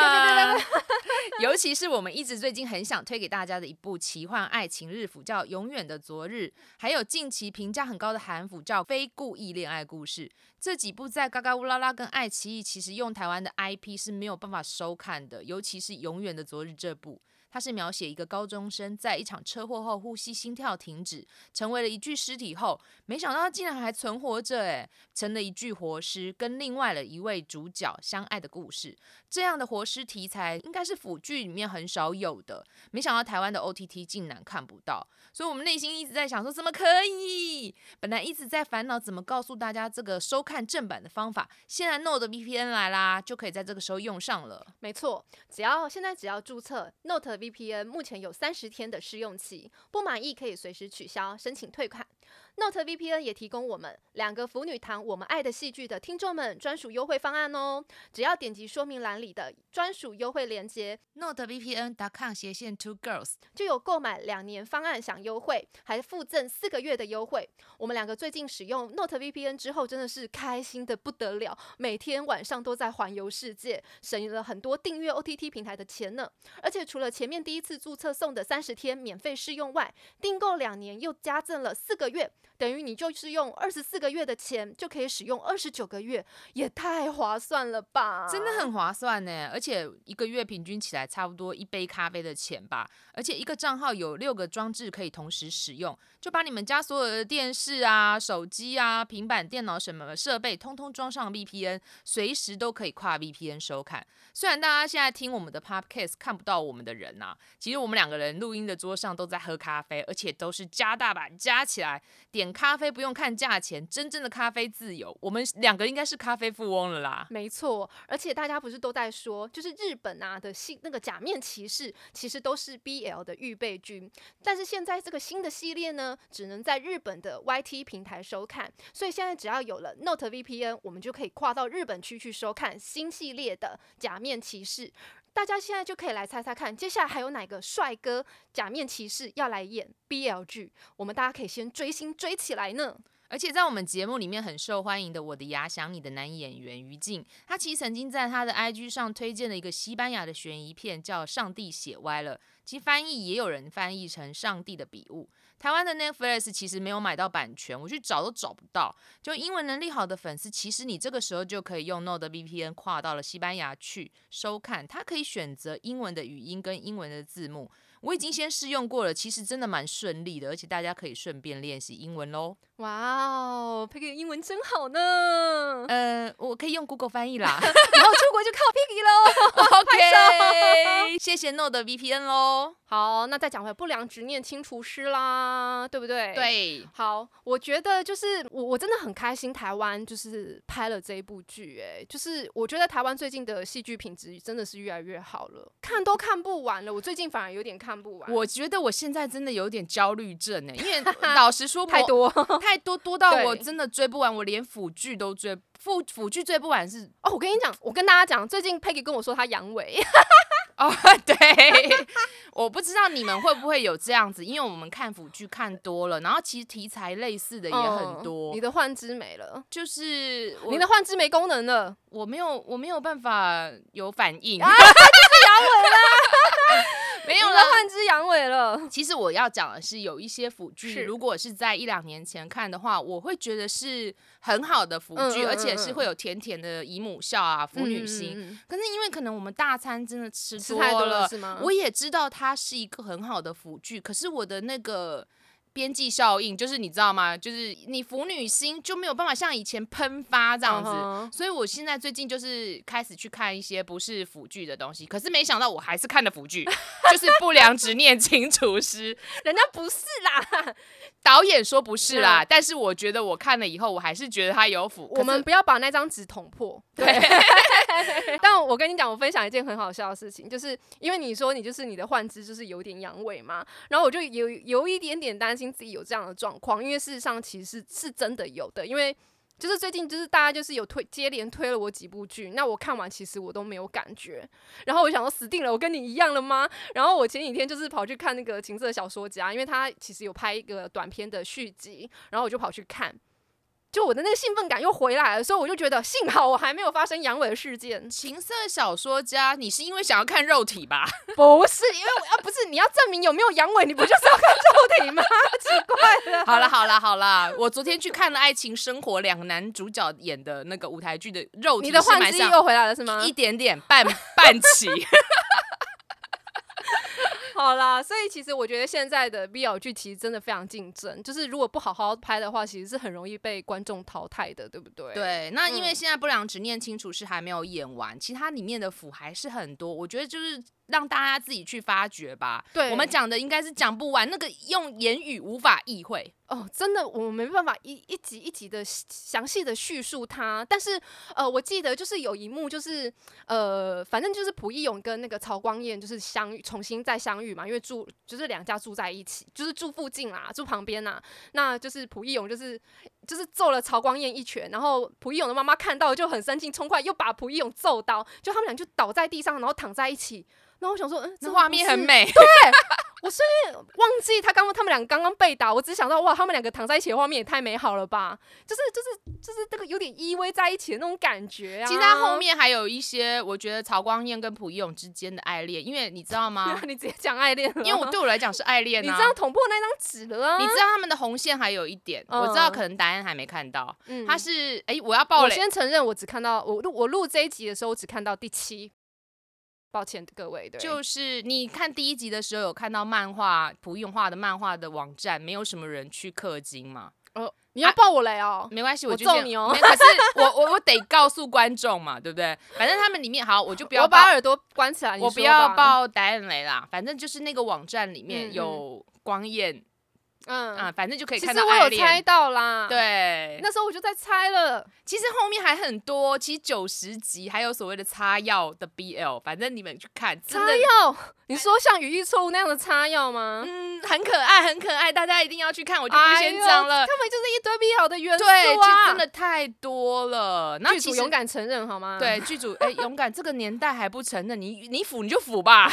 对 尤其是我们一直最近很想推给大家的一部奇幻爱情日腐，叫《永远的昨日》，还有近期评价很高的韩腐叫《非故意恋爱故事》。这几部在嘎嘎乌拉拉跟爱奇艺，其实用台湾的 IP 是没有办法收看的，尤其是《永远的昨日》这部。它是描写一个高中生在一场车祸后呼吸心跳停止，成为了一具尸体后，没想到他竟然还存活着，诶，成了一具活尸，跟另外的一位主角相爱的故事。这样的活尸题材应该是腐剧里面很少有的，没想到台湾的 OTT 竟然看不到，所以我们内心一直在想说怎么可以？本来一直在烦恼怎么告诉大家这个收看正版的方法，现在 Node VPN 来啦，就可以在这个时候用上了。没错，只要现在只要注册 Note VPN，目前有三十天的试用期，不满意可以随时取消，申请退款。Note VPN 也提供我们两个腐女堂我们爱的戏剧的听众们专属优惠方案哦，只要点击说明栏里的专属优惠链接， Node VPN.com 斜线 Two Girls，就有购买两年方案享优惠，还附赠四个月的优惠。我们两个最近使用 Note VPN 之后，真的是开心的不得了，每天晚上都在环游世界，省了很多订阅 OTT 平台的钱呢。而且除了前面第一次注册送的三十天免费试用外，订购两年又加赠了四个月，等于你就是用二十四个月的钱就可以使用二十九个月，也太划算了吧！真的很划算呢，而且一个月平均起来差不多一杯咖啡的钱吧。而且一个账号有六个装置可以同时使用，就把你们家所有的电视啊、手机啊、平板电脑什么设备，通通装上 VPN，随时都可以跨 VPN 收看。虽然大家现在听我们的 Podcast 看不到我们的人呐、其实我们两个人录音的桌上都在喝咖啡，而且都是加大版加起来，点咖啡不用看价钱，真正的咖啡自由。我们两个应该是咖啡富翁了啦。没错，而且大家不是都在说，就是日本啊的新那个假面骑士，其实都是 BL 的预备军，但是现在这个新的系列呢，只能在日本的 YT 平台收看，所以现在只要有了 Note VPN，我们就可以跨到日本区去收看新系列的假面骑士。大家现在就可以来猜猜看，接下来还有哪个帅哥假面骑士要来演 BL 剧？我们大家可以先追星追起来呢。而且在我们节目里面很受欢迎的《我的牙想你》的男演员于静，他其实曾经在他的 IG 上推荐了一个西班牙的悬疑片，叫《上帝写歪了》，其实翻译也有人翻译成《上帝的笔误》。台湾的 Netflix 其实没有买到版权，我去找都找不到。就英文能力好的粉丝，其实你这个时候就可以用 Node VPN 跨到了西班牙去收看，它可以选择英文的语音跟英文的字幕。我已经先试用过了，其实真的蛮顺利的，而且大家可以顺便练习英文喽。哇哦，佩佩英文真好呢！呃，我可以用 Google 翻 译啦。以后出国就靠 Piggy 喽。 OK，谢谢 Node 的 VPN 喽。 好，那再讲回不良执念清除师啦，对不对？。对，好，我觉得就是我我真的很开心，台湾就是拍了这一部剧，哎，就是我觉得台湾最近的戏剧品质真的是越来越好了，看都看不完了，我最近反而有点看不完，我觉得我现在真的有点焦虑症哎，因 为老实说，太多 哦我太多多到我对真的追不完，我连腐剧都追腐腐剧追不完 是哦。我跟你讲，我跟大家讲，最近 Peggy 跟我说她阳痿， 哦，对，我不知道你们会不会有这样子，因为我们看腐剧看多了，然后其实题材类似的也很嗯多，你的幻肢没了，就是我哦你的幻肢没功能了。我没有我没有办法有反应，啊 没有你啦的幻肢阳痿了，其实我要讲的是，有一些腐剧，是如果是在一两年前看的话，我会觉得是很好的腐剧，嗯嗯嗯而且是会有甜甜的姨母笑啊、腐女心。嗯嗯嗯可是因为可能我们大餐真的吃吃太多了了，是吗？我也知道它是一个很好的腐剧，可是我的那个。边际效应就是你知道吗？就是你腐女心就没有办法像以前喷发这样子嗯哼所以我现在最近就是开始去看一些不是腐剧的东西，可是没想到我还是看了腐剧，就是《不良执念清除师》。 人家不是啦，导演说不是啦，但是我觉得我看了以后，我还是觉得他有腐。可嗯我是。们不要把那张纸捅破。对，但我跟你讲，我分享一件很好笑的事情，就是因为你说你就是你的幻肢就是有点阳痿嘛，然后我就有有一点点担心自己有这样的状况，因为事实上其实是真的有的，因为。就是最近，就是大家就是有推接连推了我几部剧，那我看完其实我都没有感觉，然后我就想说死定了，我跟你一样了吗？然后我前几天就是跑去看那个《情色小说家》，因为他其实有拍一个短片的续集，然后我就跑去看，就我的那个兴奋感又回来了，所以我就觉得幸好我还没有发生阳痿的事件 情色小说家，你是因为想要看肉体吧？不是，因为我要不是你要证明有没有阳痿，你不就是要看肉体吗？奇怪了。好啦好啦好啦，我昨天去看了《爱情生活》，两个男主角演的那个舞台剧的肉体你的是幻蛮肢像又回来了是吗一？点点半半起。好啦，所以其实我觉得现在的 BL 剧其实真的非常竞争，就是如果不好好拍的话，其实是很容易被观众淘汰的，对不对？，对，那因为嗯现在《不良执念清除》是还没有演完，其他里面的腐还是很多。我觉得就是让大家自己去发掘吧。对，我们讲的应该是讲不完，那个用言语无法意会。哦，真的，我没办法一一集一集的详细的叙述它，但是呃，我记得就是有一幕，就是呃，反正就是蒲一勇跟那个曹光彦就是相遇，重新再相遇嘛，因为住就是两家住在一起，就是住附近啦，住旁边啦，那就是蒲一勇就是就是揍了曹光彦一拳，然后蒲一勇的妈妈看到就很生气，冲过来又把蒲一勇揍到，就他们俩就倒在地上，然后躺在一起，然后我想说，嗯，那这不画面很是美，我是因为忘记他刚刚他们两个刚刚被打，我只想到哇，他们两个躺在一起的画面也太美好了吧！就是就是就是这个有点依偎在一起的那种感觉啊。其实他后面还有一些，我觉得曹光彦跟朴一勇之间的爱恋，因为你知道吗？ 你直接讲爱恋了，啊因为我对我来讲是爱恋你啊。这样捅破那张纸了啊！你知道他们的红线还有一点，我知道可能答案还没看到，嗯他是哎、我要爆我雷，先承认，我只看到我录我录这一集的时候，我只看到第七。抱歉各位，对，就是你看第一集的时候有看到漫画朴勇画的漫画的网站，没有什么人去氪金嘛，哦，你啊要爆我雷哦。没关系，我就这揍样你哦没可是我我我得告诉观众嘛，对不对？反正他们里面好，我就不要我把爆耳朵关起来，你我不说要吧，爆答案雷啦，反正就是那个网站里面嗯有光彦嗯啊，反正就可以其看实到我爱有猜恋。到啦，，对，那时候我就在猜了，其实后面还很多，其实九十集还有所谓的擦药的 BL，反正你们去看，真擦的药，你说像语义错误那样的擦药吗？嗯很可爱，很可爱，大家一定要去看，我就不先讲了。哎呦他们就是一堆美好的元素对，其实啊，真的太多了。那剧其组实 勇敢承认好吗？，对剧组哎、勇敢，这个年代还不承认，你你腐你就腐吧。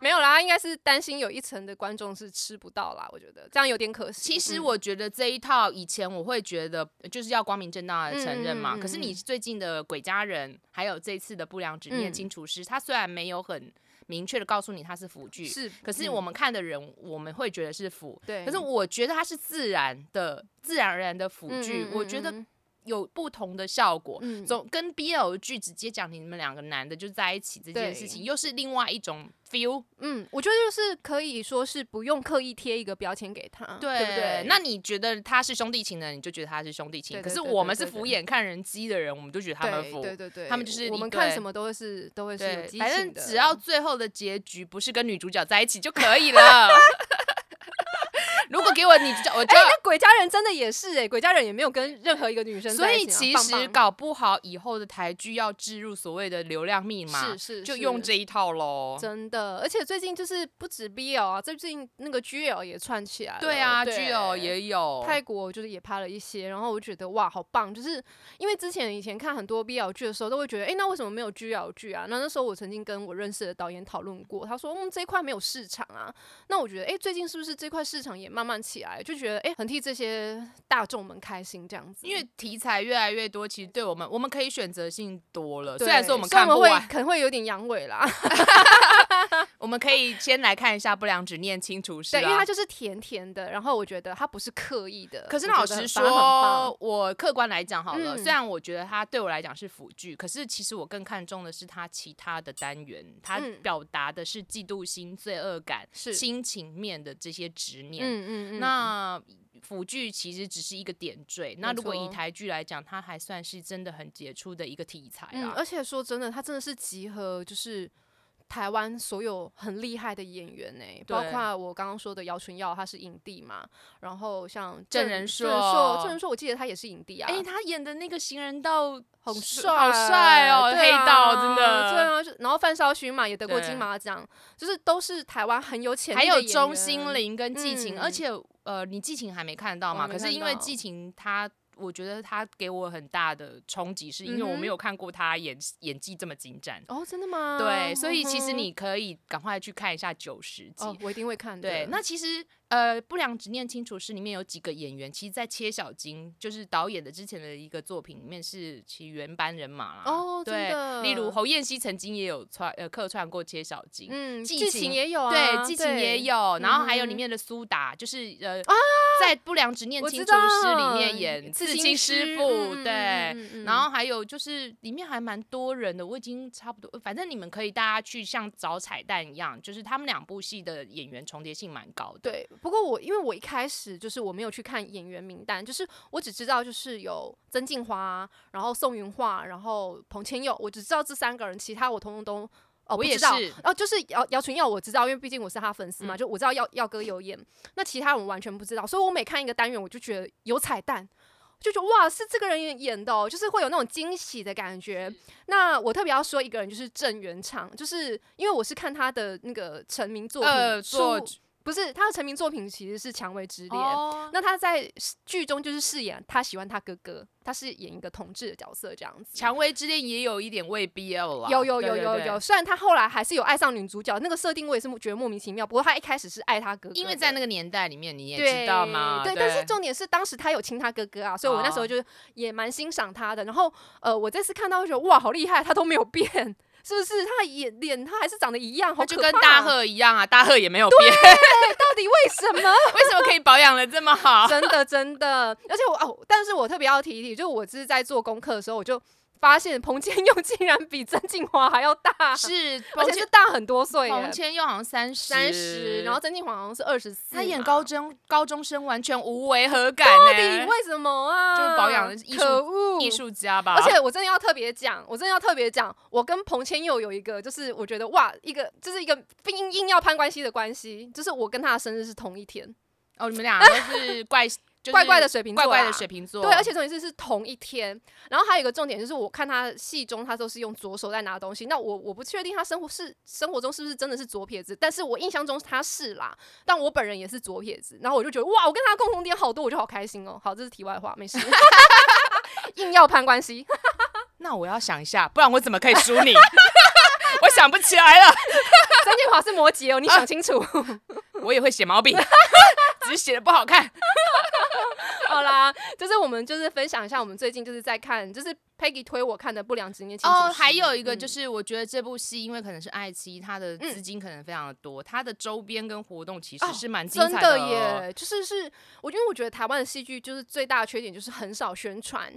没有啦，应该是担心有一层的观众是吃不到啦，我觉得这样有点可惜。 其实嗯我觉得这一套以前我会觉得就是要光明正大的承认嘛，嗯嗯嗯可是你最近的《鬼家人》还有这次的《不良执念嗯清除师》，他虽然没有很明确的告诉你它是腐剧，是，可是嗯我们看的人我们会觉得是腐，对，可是我觉得它是自然的、自然而然的腐嗯剧，嗯我嗯觉得嗯有不同的效果。嗯总跟 BL 剧直接讲你们两个男的就在一起这件事对情，又是另外一种 feel。嗯，我觉得就是可以说是不用刻意贴一个标签给他，对不对？那你觉得他是兄弟情的，你就觉得他是兄弟情；对对可是对我对们是对敷对衍看人机的人，我们就觉得他们对腐。对对对，他们就是我一们看堆什么都会是都会是有对激反情正的，哎只要最后的结局不是跟女主角在一起就可以了。 如果给我女主角，我就哎，要。那鬼家人真的也是哎，鬼家人也没有跟任何一个女生所在以一起啊，其棒实棒搞不好以后的台剧要置入所谓的流量密码，是是就是用这一套喽。真的，而且最近就是不止 BL 啊，最近那个 GL 也串起来了。对啊，剧友对也有，泰国就是也拍了一些，然后我觉得哇，好棒！就是因为之前以前看很多 BL 剧的时候，都会觉得，诶，那为什么没有 GL 剧啊？那那时候我曾经跟我认识的导演讨论过，他说，嗯，这一块没有市场啊。那我觉得，诶，最近是不是这块市场也慢慢起来？就觉得，诶，很替这些大众们开心这样子。因为题材越来越多，其实对我们我们可以选择性多了。对虽然说我们虽看不会完，可能会有点阳痿啦，我们可以先来看一下《不良执念清除师》啊。对，因为它就是甜甜的，然后我觉得它不是刻意的。可是我觉老得实反而很棒说，我客观来讲好了，嗯虽然我觉得它对我来讲是辅剧，可是其实我更看重的是它其他的单元，它嗯表达的是嫉妒心、罪恶感、是亲情面的这些执念。嗯嗯嗯，那辅剧其实只是一个点缀，那没如果以错台剧来讲，它还算是真的很杰出的一个题材啊嗯，啦。而且说真的，他真的是集合就是台湾所有很厉害的演员呢、包对括我刚刚说的姚纯耀，他是影帝嘛，然后像郑郑仁郑硕硕，郑仁硕，我记得他也是影帝啊。哎、他演的那个行人道很是帅，好帅哦，对黑道啊真对的。啊，就然后范少勋嘛也得过对金马奖，就是都是台湾很有潜力还的有演钟员欣凌跟季晴，嗯而且呃，你季晴还没看到我嘛？还没可是看因为到季晴她，我觉得她给我很大的冲击，是因为嗯哼我没有看过她演演技这么精湛。哦，真的吗？对，所以嗯其实哼你可以赶快去看一下九十集。哦，我一定会看的。对，那其实呃，《不良执念清除师》里面有几个演员，其实，在切小金就是导演的之前的一个作品里面是其原班人马啦。哦真对，的例如侯彦希曾经也有串呃客串过切小金，嗯，季季晴晴也有啊，对，季晴也有，然后还有嗯哼啊里面的苏打，就是呃，在《不良执念我清知除师》里道面演刺刺青青师师傅，嗯嗯对嗯嗯。嗯然后还有就是里面还蛮多人的，我已经差不多，反正你们可以大家去像找彩蛋一样，就是他们两部戏的演员重叠性蛮高的。对，哦不过我因为我一开始就是我没有去看演员名单，就是我只知道就是有曾静华，然后宋云桦，然后彭千佑，我只知道这三个人，其他我通通都。哦，我不也知道是哦，就是姚姚纯耀我知道，因为毕竟我是他粉丝嗯嘛，就我知道耀耀哥有演，那其他人我完全不知道，所以我每看一个单元，我就觉得有彩蛋。就觉得哇，是这个人演演的、哦，就是会有那种惊喜的感嗯觉。那我特别要说一个人，就是郑元畅，就是因为我是看他的那个成名作品，呃作书不是他的成名作品其实是《蔷薇之恋》哦，那他在剧中就是饰演他喜欢他哥哥，他是演一个同志的角色这样子。蔷薇之恋也有一点为 BL 啦，有有对有对有对有，虽然他后来还是有爱上女主角，那个设定我也是觉得莫名其妙。不过他一开始是爱他哥哥的，因为在那个年代里面，你也对知道嘛，对，对，但是重点是当时他有亲他哥哥啊，所以我那时哦候就也蛮欣赏他的。然后呃，我这次看到就觉得哇，好厉害，他都没有变，是不是？他眼脸他还是长得一样，好他就可怕。哦啊跟大到赫一样啊，大赫也没有变，底为什么？ 为什么可以保养的这么好？真的真的，而且我哦，但是我特别要提一提，就我这是在做功课的时候，我就发现彭千佑竟然比曾静华还要大， 是而彭且千是大很多岁耶，彭千佑好像三十三十，然后曾静华好像是二十四，他啊演高中高中生完全无违和感呢、到底为什么啊？就是保养的艺术可恶艺。术啊家吧，而且我真的要特别讲，我真的要特别讲，我跟彭千佑有一个，就是我觉得哇，一个就是一个硬硬要攀关系的关系，就是我跟他的生日是同一天，哦，你们俩都是 怪、就是怪怪的水瓶座啊怪啦，啊怪的水瓶座，哦对，而且重点是是同一天。然后还有一个重点就是，我看他戏中他都是用左手在拿东西。那我我不确定他生活是生活中是不是真的是左撇子，但是我印象中他是啦。但我本人也是左撇子，然后我就觉得哇，我跟他共同点好多，我就好开心哦。好，这是题外话，没事。 硬要攀关系，那我要想一下，不然我怎么可以输你？ 我想不起来了，曾建华是摩羯哦，你想清楚。 我也会写毛笔， 只是写的不好看。好啦，就是我们就是分享一下，我们最近就是在看，就是 Peggy 推我看的《不良执念清除师》、哦，还有一个嗯就是是，我觉得这部戏因为可能是爱奇艺，它的嗯资金可能非常的多，它的周边跟活动其实哦是蛮精真彩的哦。耶，就是是，我因为我觉得台湾的戏剧就是最大的缺点就是很少宣传，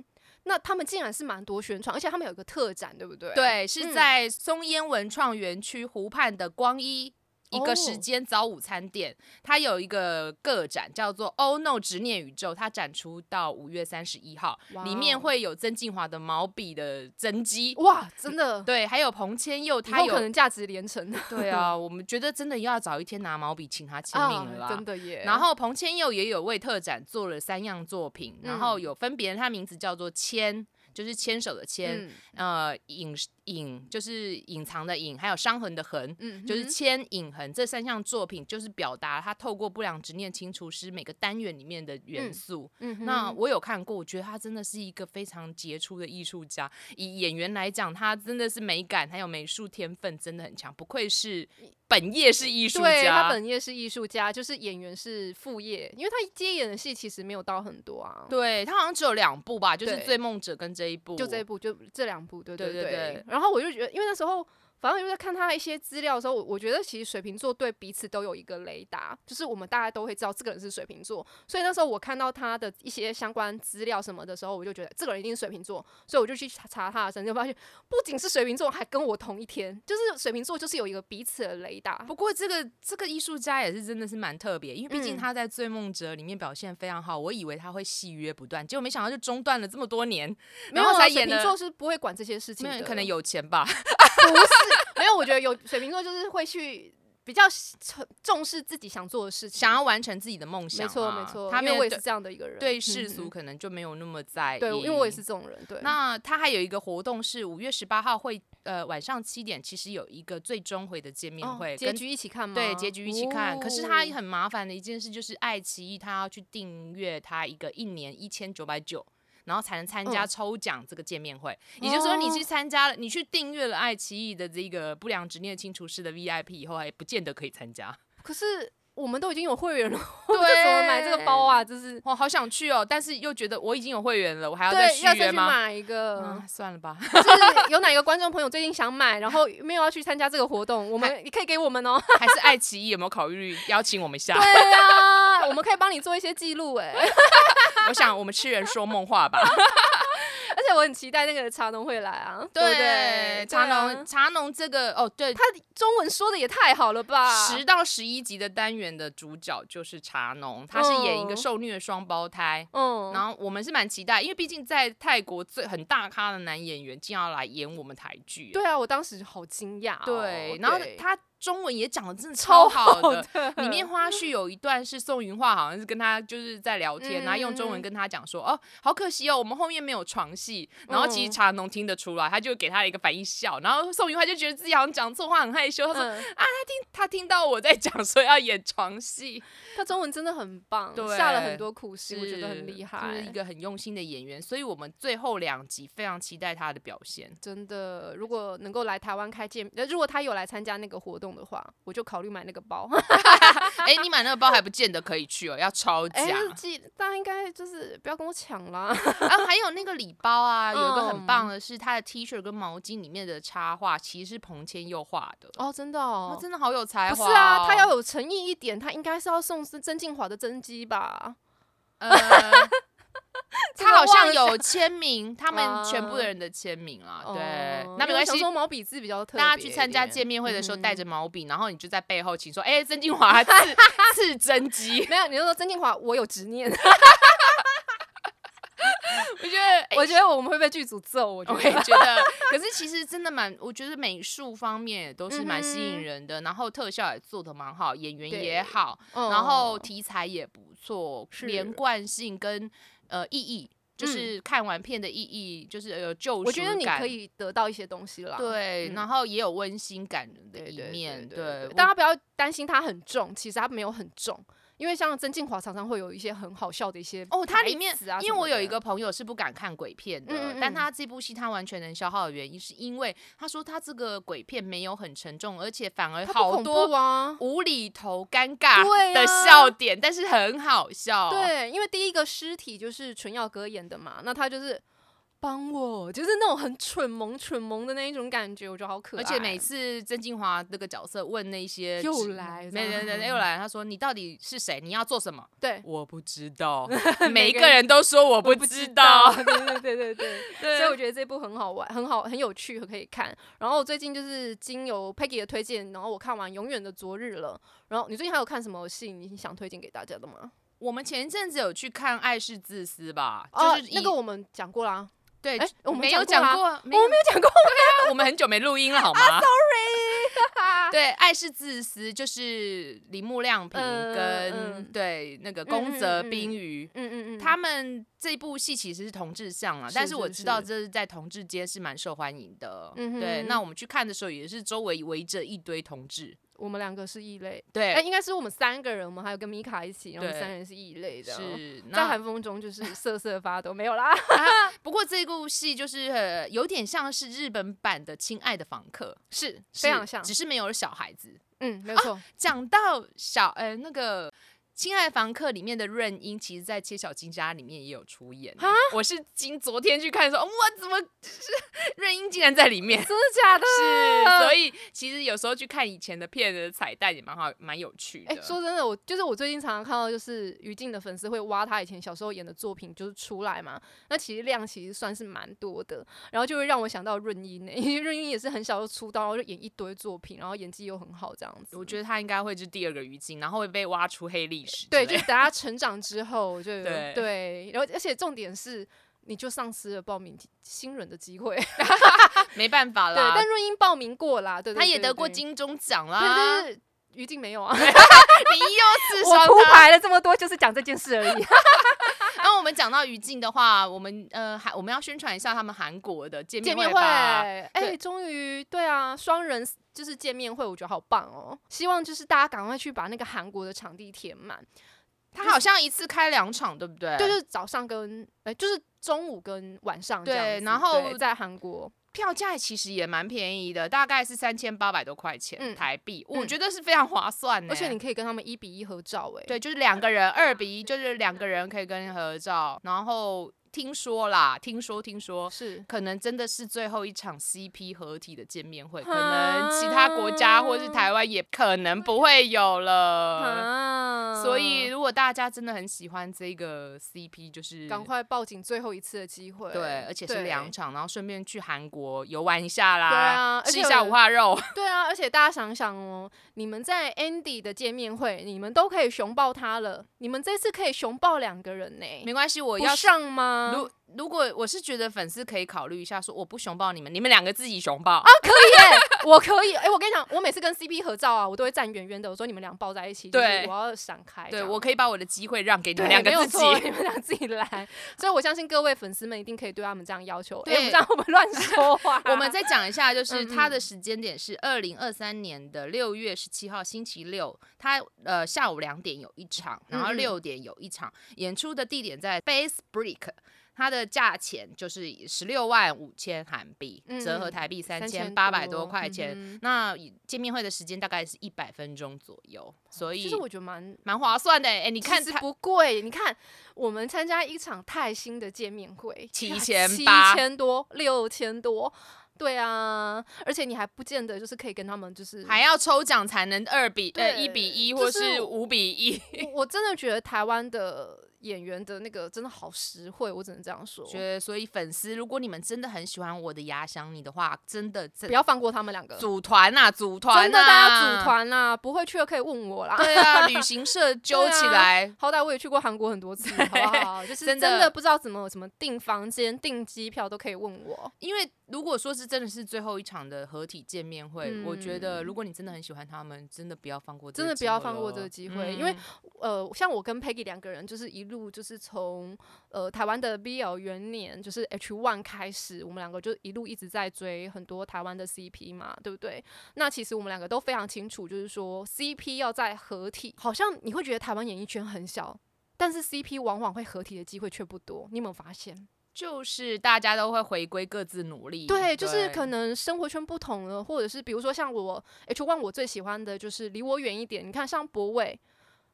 那他们竟然是蛮多宣传，而且他们有一个特展，对不对？，对，是嗯在松烟文创园区湖畔的光一。一个时哦间早午餐店，它有一个个展叫做《Oh No 执念宇宙》，它展出到五月三十一号，哇里面哦会有曾静华的毛笔的真迹，哇，真的，对，还有彭千佑，以他后可有能价值连 城，对啊，我们觉得真的要找一天拿毛笔请他签名了啦。啊，真的耶。然后彭千佑也有为特展做了三样作品，然嗯后有分别，他名字叫做“牵”，就是牵手的牵，嗯呃，隐隐就是隐藏的隐，还有伤痕的痕。嗯，就是嗯牵引痕这三项作品，就是表达他透过不良执念清除师每个单元里面的元嗯素。嗯哼那我有看过，我觉得他真的是一个非常杰出的艺术家。以演员来讲，他真的是美感还有美术天分真的很强，不愧是本业是艺术家。嗯对他本业是艺术家，就是演员是副业，因为他接演的戏其实没有到很多啊，对他好像只有两部吧，就是对《追梦者》跟这一部，就这一部，就这两部，对对对对对然后我就觉得，因为那时候反正就在看他一些资料的时候，我我觉得其实水瓶座对彼此都有一个雷达，就是我们大家都会知道这个人是水瓶座，所以那时候我看到他的一些相关资料什么的时候，我就觉得这个人一定是水瓶座，所以我就去查查他的生日，发现不仅是水瓶座，还跟我同一天，就是水瓶座就是有一个彼此的雷达。不过这个这个艺术家也是真的是蛮特别，因为毕竟嗯他在《追梦者》里面表现非常好，我以为他会戏约不断，结果没想到就中断了这么多年，没然有后才啊，水演瓶了座是不会管这些事情没的，有可能有钱吧，不是，没有，我觉得有水瓶座就是会去比较重视自己想做的事情，想要完成自己的梦想没嘛，错，没错，他因为面我也对是这样的一个人，对嗯世嗯俗可能就没有那么在意，对，因为我也是。这种人，对，那他还有一个活动是五月十八号会，呃，晚上七点，其实有一个最终回的见面哦会，结跟局一起看吗？对，结局一起看。可是它哦很麻烦的一件事就是，爱奇艺它要去订阅它一个一年一千九百九，然后才能参加嗯抽奖这个见面会。也就是说，你去哦参加了，你去订阅了爱奇艺的这个不良执念清除师的 VIP 以后，还不见得可以参加。可是我们都已经有会员了， 我们这怎么买这个包啊？就是我好想去哦，但是又觉得我已经有会员了，我还要再对，续要约再去嗯吗？买一个啊，。算了吧。就是有哪个观众朋友最近想买，然后没有要去参加这个活动，我们你可以给我 们哦。还是爱奇艺有没有考虑邀请我们一下？对啊，我 们可以帮你做一些记录哎。 我想我们痴人说梦话吧。而且且我很期待那个茶农会来啊，对不对？茶对啊农茶农这个哦，对，他中文说的也太好了吧？十到十一集的单元的主角就是茶农，他是演一个嗯受虐双胞胎。嗯，然后我们是蛮期待，因为毕竟在泰国最很大咖的男演员竟然要来演我们台剧，对啊，我当时好惊讶哦、对，然后对他中文也讲的真的超超好好的，里面花絮有一段是宋云画，好像是跟他就是在聊天，然后用中文跟他讲说，哦，好可惜哦，我们后面没有床戏。然后其实嗯茶农听得出来，他就给他一个反应笑，然后宋云画就觉得自己好像讲错话，很害羞。他说、嗯他听到我在讲说要演床 戏，他中文真的很棒，对下了很多苦心，我是觉得很厉害。就是一个很用心的演员，所以我们最后两集非常期待他的表现。真的，如果能够来台湾开见，呃，如果他有来参加那个活动的话，我就考虑买那个包。 哎、你买那个包还不见得可以去哦，要超价。哎、 记大家应该就是不要跟我抢啦。 啊，还有那个礼包啊，有一个很嗯棒的是，它的 T 恤跟毛巾里面的插画其实是彭千佑画的。哦，真的哦哦，，真的好有才不是华、啊，他要。有诚意一点，他应该是要送曾曾静华的真机吧？ 呃怎他么好像忘了有啊签名，他们全部的人的签名啊，对哦，那没因为我关想系，说毛笔字比较特别一点。大家去参加见面会的时候嗯哼带着毛笔，然后你就在背后请说，哎，曾金华刺刺真机，没有，你就说曾静华，我有执念，我觉得，哎 我觉得我们会被剧组揍。 我觉我得也觉得，可是其实真的蛮，我觉得美术方面也都是蛮吸嗯引哼人的，然后特效也做的蛮好，演员对也好，嗯然后题材也不错，是连贯性跟呃意义，就嗯是看完片的意义，就是呃有救赎感。我觉得你可以得到一些东西啦。对，嗯然后也有温馨感人的对一对面。对对我大家不要担心它很重，其实它没有很重，因为像曾静华常常会有一些很好笑的一些哦，它台里面词啊，因为我有一个朋友是不敢看鬼片的，嗯嗯但嗯他这部戏他完全能消耗的原因，是因为他说他这个鬼片没有很沉重，而且反而什么的它不好恐怖多啊。无厘头、尴尬对的啊笑点，但是很好笑。，对，因为第一个尸体就是纯耀哥演的嘛，那他就是帮我，就是那种很蠢萌蠢萌的那一种感觉，我觉得好可爱。而哦且每次曾静华那个角色问那些又职来没这没样没又来，他说你到底是谁？你要做什么？对我不知 道，每每一个个人都说我不不知道。 对对对对对。对所以我觉得这部很好玩，很好，很有趣，可以看。然后最近就是经由 Peggy 的推荐，然后我看完《永远的昨日》了。然后你最近还有看什么戏？你想推荐给大家的吗？我们前一阵子有去看《爱是自私》吧，哦就是那以个我们讲过啦，对哎，我们没有讲讲过啦过，啊没我有们没啊有讲 过。我们很久没录音了，好吗对， 对，《爱是自私》就是铃木亮平嗯跟嗯对那个嗯宫泽嗯嗯冰鱼。嗯嗯嗯，他们这部戏其实是同志向了，是但是我是知道是这是在同志间是蛮受欢迎的。哦嗯哼对，那我们去看的时候也是周围围着一堆同志，我们两个是异类，对，哎，应该是我们三个人，我们还有跟米卡一起，然后我对们三人是异类的。哦是在 那寒风中就是瑟瑟发抖，没有啦。 不过这部戏就是、呃、有点像是日本版的《亲爱的访客》，是非常是像只是没有小孩子。嗯，没有错。讲到小呃那个《亲爱的房客》里面的润英，其实在《切小金家》里面也有出演欸。我是今昨天去看说，哇，怎么 润英竟然在里 面？真的假的？是，所以其实有时候去看以前的片的彩蛋也蛮好，蛮有趣的。哎、说真的，我就是我最近常常看到，就是于静的粉丝会挖他以前小时候演的作品，就是出来嘛。那其实量其实算是蛮多的，然后就会让我想到润英、呢，欸因为润英也是很小就出道，然后就演一堆作品，然后演技又很好这样子。我觉得他应该会是第二个于静，然后会被挖出黑历史之对，类的。就是等他成长之后，就对 对，然后而且重点是。你就丧失了报名新人的机会， 对。没办法啦，但润英报名过啦，对对他也对得过对金钟奖对，啦但。是于静没 有啊。你 又刺我伤铺他。排了这么多，就是讲这件事而已。然后我们讲到于静的话，我们呃还我们要宣传一下他们韩国的见见面面会会，吧。哎、对终于对啊，双人就是见面会，我觉得好棒哦。希望就是大家赶快去把那个韩国的场地填满，他好像一次开两场，对不对？对，就是早上跟哎、就是中午跟晚上这样对子然后对在韩国，票价其实也蛮便宜的，大概是三千八百多块钱、嗯台币，嗯我觉得是非常划算的。而且你可以跟他们一比一合照、哎，对，就是两个人二比一，就是两个人可以跟你合照，然后。听说啦，听说听说。是可能真的是最后一场 CP 合体的见面会，可能其他国家或是台湾也可能不会有呃了。啊所以，如果大家真的很喜欢这个 CP，就是赶快抱紧最后一次的机会。对，而且是对两场，然后顺便去韩国游玩一下啦，对啊而吃一且下我五花肉。 对啊，而且大家想想哦，你们在 Andy 的见面会，你们都可以熊抱他了，你们这次可以熊抱两个人欸呢、没关系，我不要上吗？ ？如如果我是觉得粉丝可以考虑一下，说我不熊抱你们，你们两个自己熊抱。我可以，哎、我跟你讲，我每次跟 CP 合照啊，我都会站远远的，我说你们俩抱在一起，就是对我要闪开这对，样。我可以把我的机会让给你对们两个没有自己。错你们俩自己来。所以我相信各位粉丝们一定可以对他们这样要求。哎、对我们这样会不会乱说话我们再讲一下，就是嗯嗯它的时间点是二零二三年的六月十七号星期六，它呃下午两点有一场，然后嗯嗯六点有一场，演出的地点在 Base Brick。它的价钱就是十六万五千韩币，嗯折合嗯台币三千千八百多块钱。嗯那见面会的时间大概是一百分钟左右，所哼其以实我觉得蛮。蛮划算的欸。哎、你你看它不贵，你看我们参加一场泰兴的见面会， 7800七千多，六千多，对啊，而且你还不见得就是可以跟他们就是还要抽奖才能二比呃对一比一就或是是五比一，我我真的觉得台湾的演员的那个真的好实惠，我只能这样说。觉得所以粉丝，如果你们真的很喜欢我的牙想你的话，真的真不要放过他们两个，组团呐、组团、啊，真的大家组，团啦、不会去的可以问我啦。对啊，旅行 社揪啊起来。好歹我也去过韩国很多次，好不好？就是真真的的不知道怎么怎么订房间、订机票都可以问我。因为如果说是真的是最后一场的合体见面会，我觉得如果你真的很喜欢他们，真的不要放过这嗯真个机会咯，的不要放过这个机会因为嗯呃，像我跟 Peggy 两个人，就是一路就是从呃台湾的 BL 元年，就是 H One 开始，我们两个就一路一直在追很多台湾的 CP 嘛，对不对？那其实我们两个都非常清楚，就是说 CP 要在合体，好像你会觉得台湾演艺圈很小。但是 CP 往往会合体的机会却不多，你有没有发现？就是大家都会回归各自努力，对，就是可能生活圈不同了，或者是比如说像我 H One，我最喜欢的就是离我远一点。你看，像博伟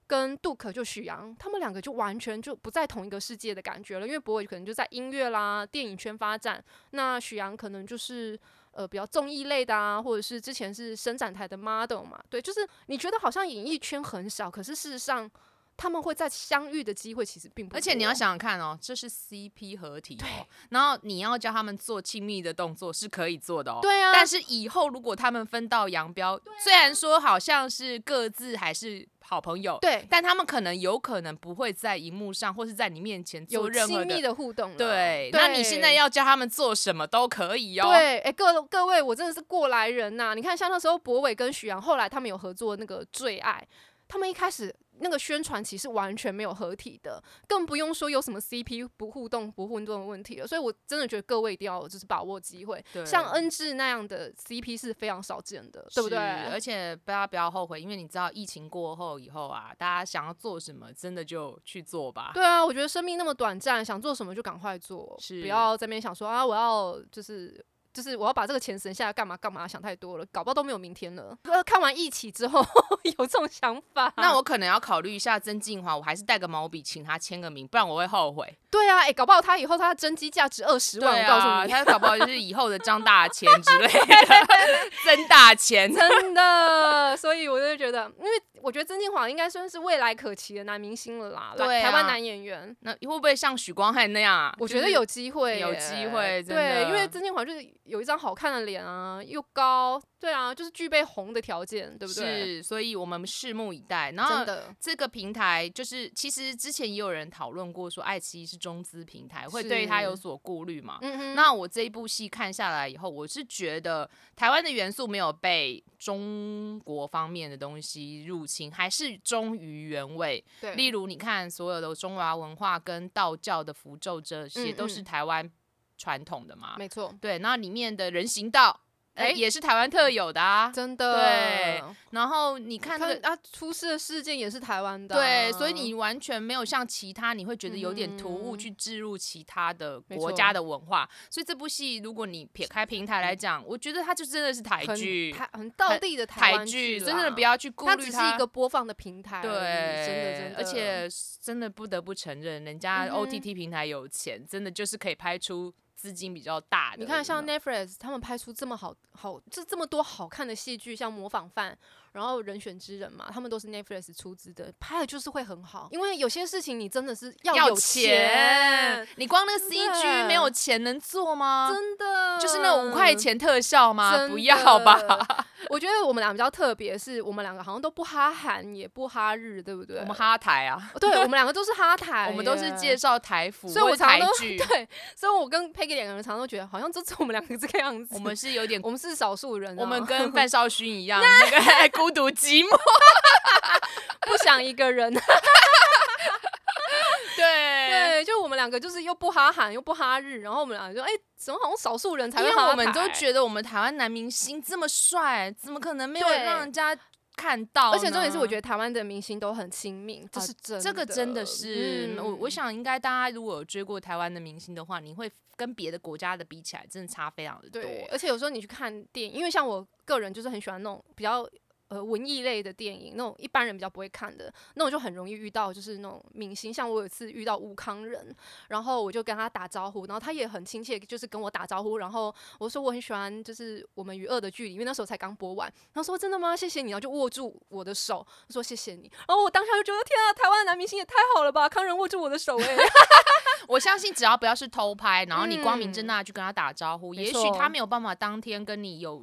跟杜可就许阳，他们两个就完全就不在同一个世界的感觉了，因为博伟可能就在音乐啦、电影圈发展，那许阳可能就是。呃，比较综艺类的啊，或者是之前是伸展台的 model 嘛，对，就是你觉得好像演艺圈很少，可是事实上他们会在相遇的机会其实并不多。而且你要想想看哦，这是 CP 合体哦，然后你要叫他们做亲密的动作是可以做的哦。对啊，但是以后如果他们分道扬镳，虽然说好像是各自还是好朋友，对但他们可能有可能不会在荧幕上或是在你面前做有任何亲的密。的互动了。对，那你现在对要叫他们做什么都可以哦。对，哎、各各位，我真的是过来人呐、你看，像那时候博伟跟许阳，后来他们有合作那个《最爱》，他们一开始那个宣传期是完全没有合体的，更不用说有什么 CP 不互动、不互动的问题了。所以我真的觉得各位一定要就是把握机会，对像恩智那样的 CP 是非常少见的，对不对？是而且大家不要后悔，因为你知道疫情过后以后啊，大家想要做什么，真的就去做吧。对啊，我觉得生命那么短暂，想做什么就赶快做，是不要在那边想说啊，我要就是就是我要把这个钱省下来干嘛干嘛，想太多了，搞不好都没有明天了。呃看完一起之后 有这种想法， 那我可能要考虑一下曾静华，我还是带个毛笔请他签个名，不然我会后悔。对啊，哎、搞不好他以后他的真机价值二十万，对我告诉啊，你。他搞不好就是以后的张大千之类 的，曾大千。真的， 所以我就觉得，因为我觉得曾敬华应该算是未来可期的男明星了啦，对啊台湾男演员，那会不会像许光汉那样啊？我就觉得是有机会耶，有机会真的对，因为曾建华就是有一张好看的脸啊，又高，对啊，就是具备红的条件，对不对？是，所以我们拭目以待。然后真的，这个平台就是，其实之前也有人讨论过，说爱奇艺是中资平台，会是对它有所顾虑嘛？嗯哼，那我这一部戏看下来以后，我是觉得台湾的元素没有被中国方面的东西入侵，还是忠于原味。例对，如，你看所有的中华文化跟道教的符咒，这些嗯都是嗯台湾传统的嘛。没错，对，那里面的人行道。哎、哎也是台湾特有的啊。真的。对，然后你看看这个啊，出事的事件也是台湾的啊、对，所以你完全没有像其他，你会觉得有点突兀嗯去置入其他的没国错家的文化。所以这部戏，如果你撇开平台来讲，我觉得它就真的是台很剧，台很道地的台湾剧，剧啦，真正的不要去顾它虑只是它一个播放的平台而已，对，真的真的，而且真的不得不承认，人家嗯哼 OTT 平台有钱，真的就是可以拍出资金比较大的。你看，像有没有 Netflix 他们拍出这么好好这这么多好看的戏剧，像《模仿犯》，然后《人选之人》嘛，他们都是 Netflix 出资的，拍的就是会很好。因为有些事情你真的是要要有钱，钱，你光那个真的 CG 没有钱能做吗？真的啊就是那种五块。钱特效吗？真不要吧的。我觉得我们俩比较特别，是我们两个好像都不哈韩，也不哈日，对不对？哦我们，哈台啊，对 我们两个都是哈台耶，我们都是介绍台服所以我或常台常都剧，对，所以我跟 Peggy 两个人常常都觉得，好像就只有我们两个这个样子。我们是有点，我们是少数人啊、我们跟范少勋一样，那个 孤独寂寞。不想一 个人，对， 对，就我们两个就是又不哈韩又不哈日，然后我们两个就哎，怎么好像少数人才因会为哈我们都台觉得我们台湾男明星这么帅，怎么可能没有对让人家看到呢？而且重点是，我觉得台湾的明星都很亲民，这啊是真的、哦这个真的是，我我嗯想应该大家如果有追过台湾的明星的话，你会跟别的国家的比起来，真的差非常的多。对，而且有时候你去看电影，因为像我个人就是很喜欢那种比较。呃，文艺类的电影，那种一般人比较不会看的，那我就很容易遇到，就是那种明星。像我有一次遇到吴康仁，然后我就跟他打招呼，然后他也很亲切，就是跟我打招呼。然后我说我很喜欢，就是我们与恶的距离，因为那时候才刚播完。然后说真的吗？谢谢你，然后就握住我的手，说谢谢你。然后我当下就觉得天啊，台湾的男明星也太好了吧！康仁握住我 的手、欸，我相信只要不要是偷拍，然后你光明正嗯大去跟他打招呼，没也许错他没有办法当天跟你有。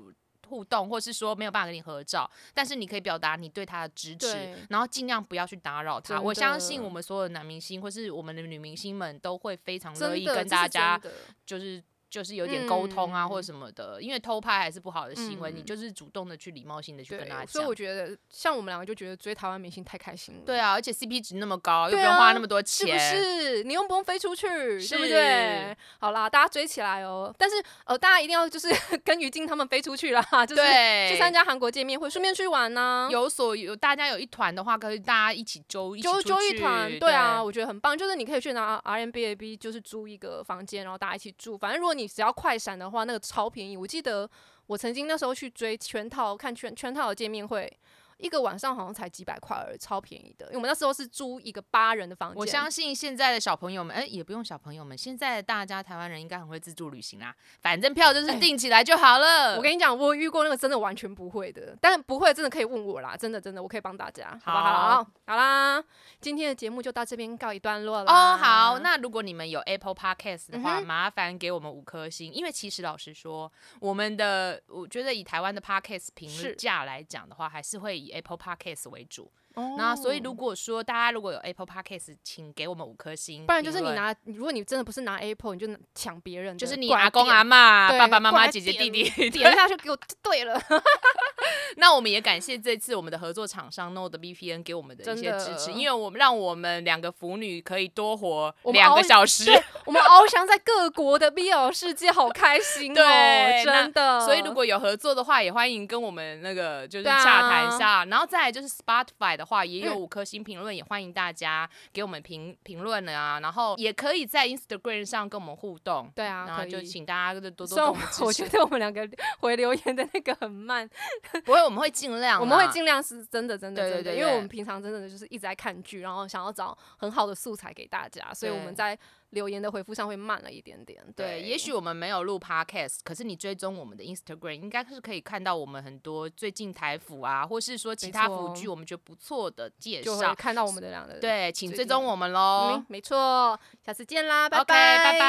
互动，或是说没有办法跟你合照，但是你可以表达你对他的支持对，然后尽量不要去打扰他。真我相的信我们所有的男明星或是我们的女明星们都会非常乐真意的，跟这大是真家的就是就是有点沟通啊、嗯或者什么的，因为偷拍还是不好的行为，嗯你就是主动的去礼貌性的去对，跟他所讲以我。觉得，像我们两个就觉得追台湾明星太开心了，对啊，而且 CP 值那么高，又不对啊用花那么多是不钱，是？你又不用飞出去，对不是对？好啦，大家追起来哦！但是呃，大家一定要就是 跟于静他们飞出去啦，就是对，去参加韩国见面会，顺便去玩呢、有所有大家有一团的话，可以大家一起揪一起揪出揪一去团，对对啊，，我觉得很棒。就是你可以去拿 R M B A B，就是租一个房间，然后大家一起住。反正如果你只要快闪的话，那个超便宜。我记得我曾经那时候去追全套看全全套的见面会，一个晚上好像才几百块而已，超便宜的。因为我们那时候是租一个八人的房间，我相信现在的小朋友们，哎、也不用小朋友们，现在的大家台湾人应该很会自助旅行啦，啊反正票就是哎订起来就好了。我跟你讲，我遇过那个真的完全不会的，但不会真的可以问我啦，真的真的，我可以帮大家，好不好好？好啦，今天的节目就到这边告一段落了。哦，好，那如果你们有 Apple Podcast 的话，嗯哼麻烦给我们五颗星，因为其实老实说，我们的我觉得以台湾的 Podcast 评是价来讲的话，还是会以 Apple Podcast 为主。哦那所以如果说大家如果有 Apple Podcast，请给我们五颗星，不然就是你评论。拿，如果你真的不是拿 Apple，你就拿抢别人的，就是你过来阿公点阿妈、对爸爸妈过妈、来姐姐、弟点弟，点下去给我就对了， 那我们也感谢这次我们的合作厂商 Node VPN 给我们的一些真的支持，因为我们让我们两个腐女可以多活我们两个熬小时。我们翱翔在各国的 BL 世界，好开心对哦，那真的。所以如果有合作的话，也欢迎跟我们那个就是对啊洽谈一下。然后再来就是 Spotify 的话，也有嗯五颗星评论，也欢迎大家给我们评评论啊。然后也可以在 Instagram 上跟我们互动。对啊，然后可以就请大家就多多虽跟然我我们支我觉持，得我们两个回留言的那个很慢，不会，我们会尽量啦，我们会尽量是真的，真的，对真对的，对因为对我们平常真的就是一直在看剧，然后想要找很好的素材给大家，所以我对们在留言的回复上会慢了一点点。对，也许我们没有录 podcast，可是你追踪我们的 Instagram，应该是可以看到我们很多最近台服啊，或是说其没他错服剧我们觉得不错的介就会绍。看到我们的两个，对，请最追近踪我们喽嗯，。没错，下次见啦，拜 OK，拜拜拜。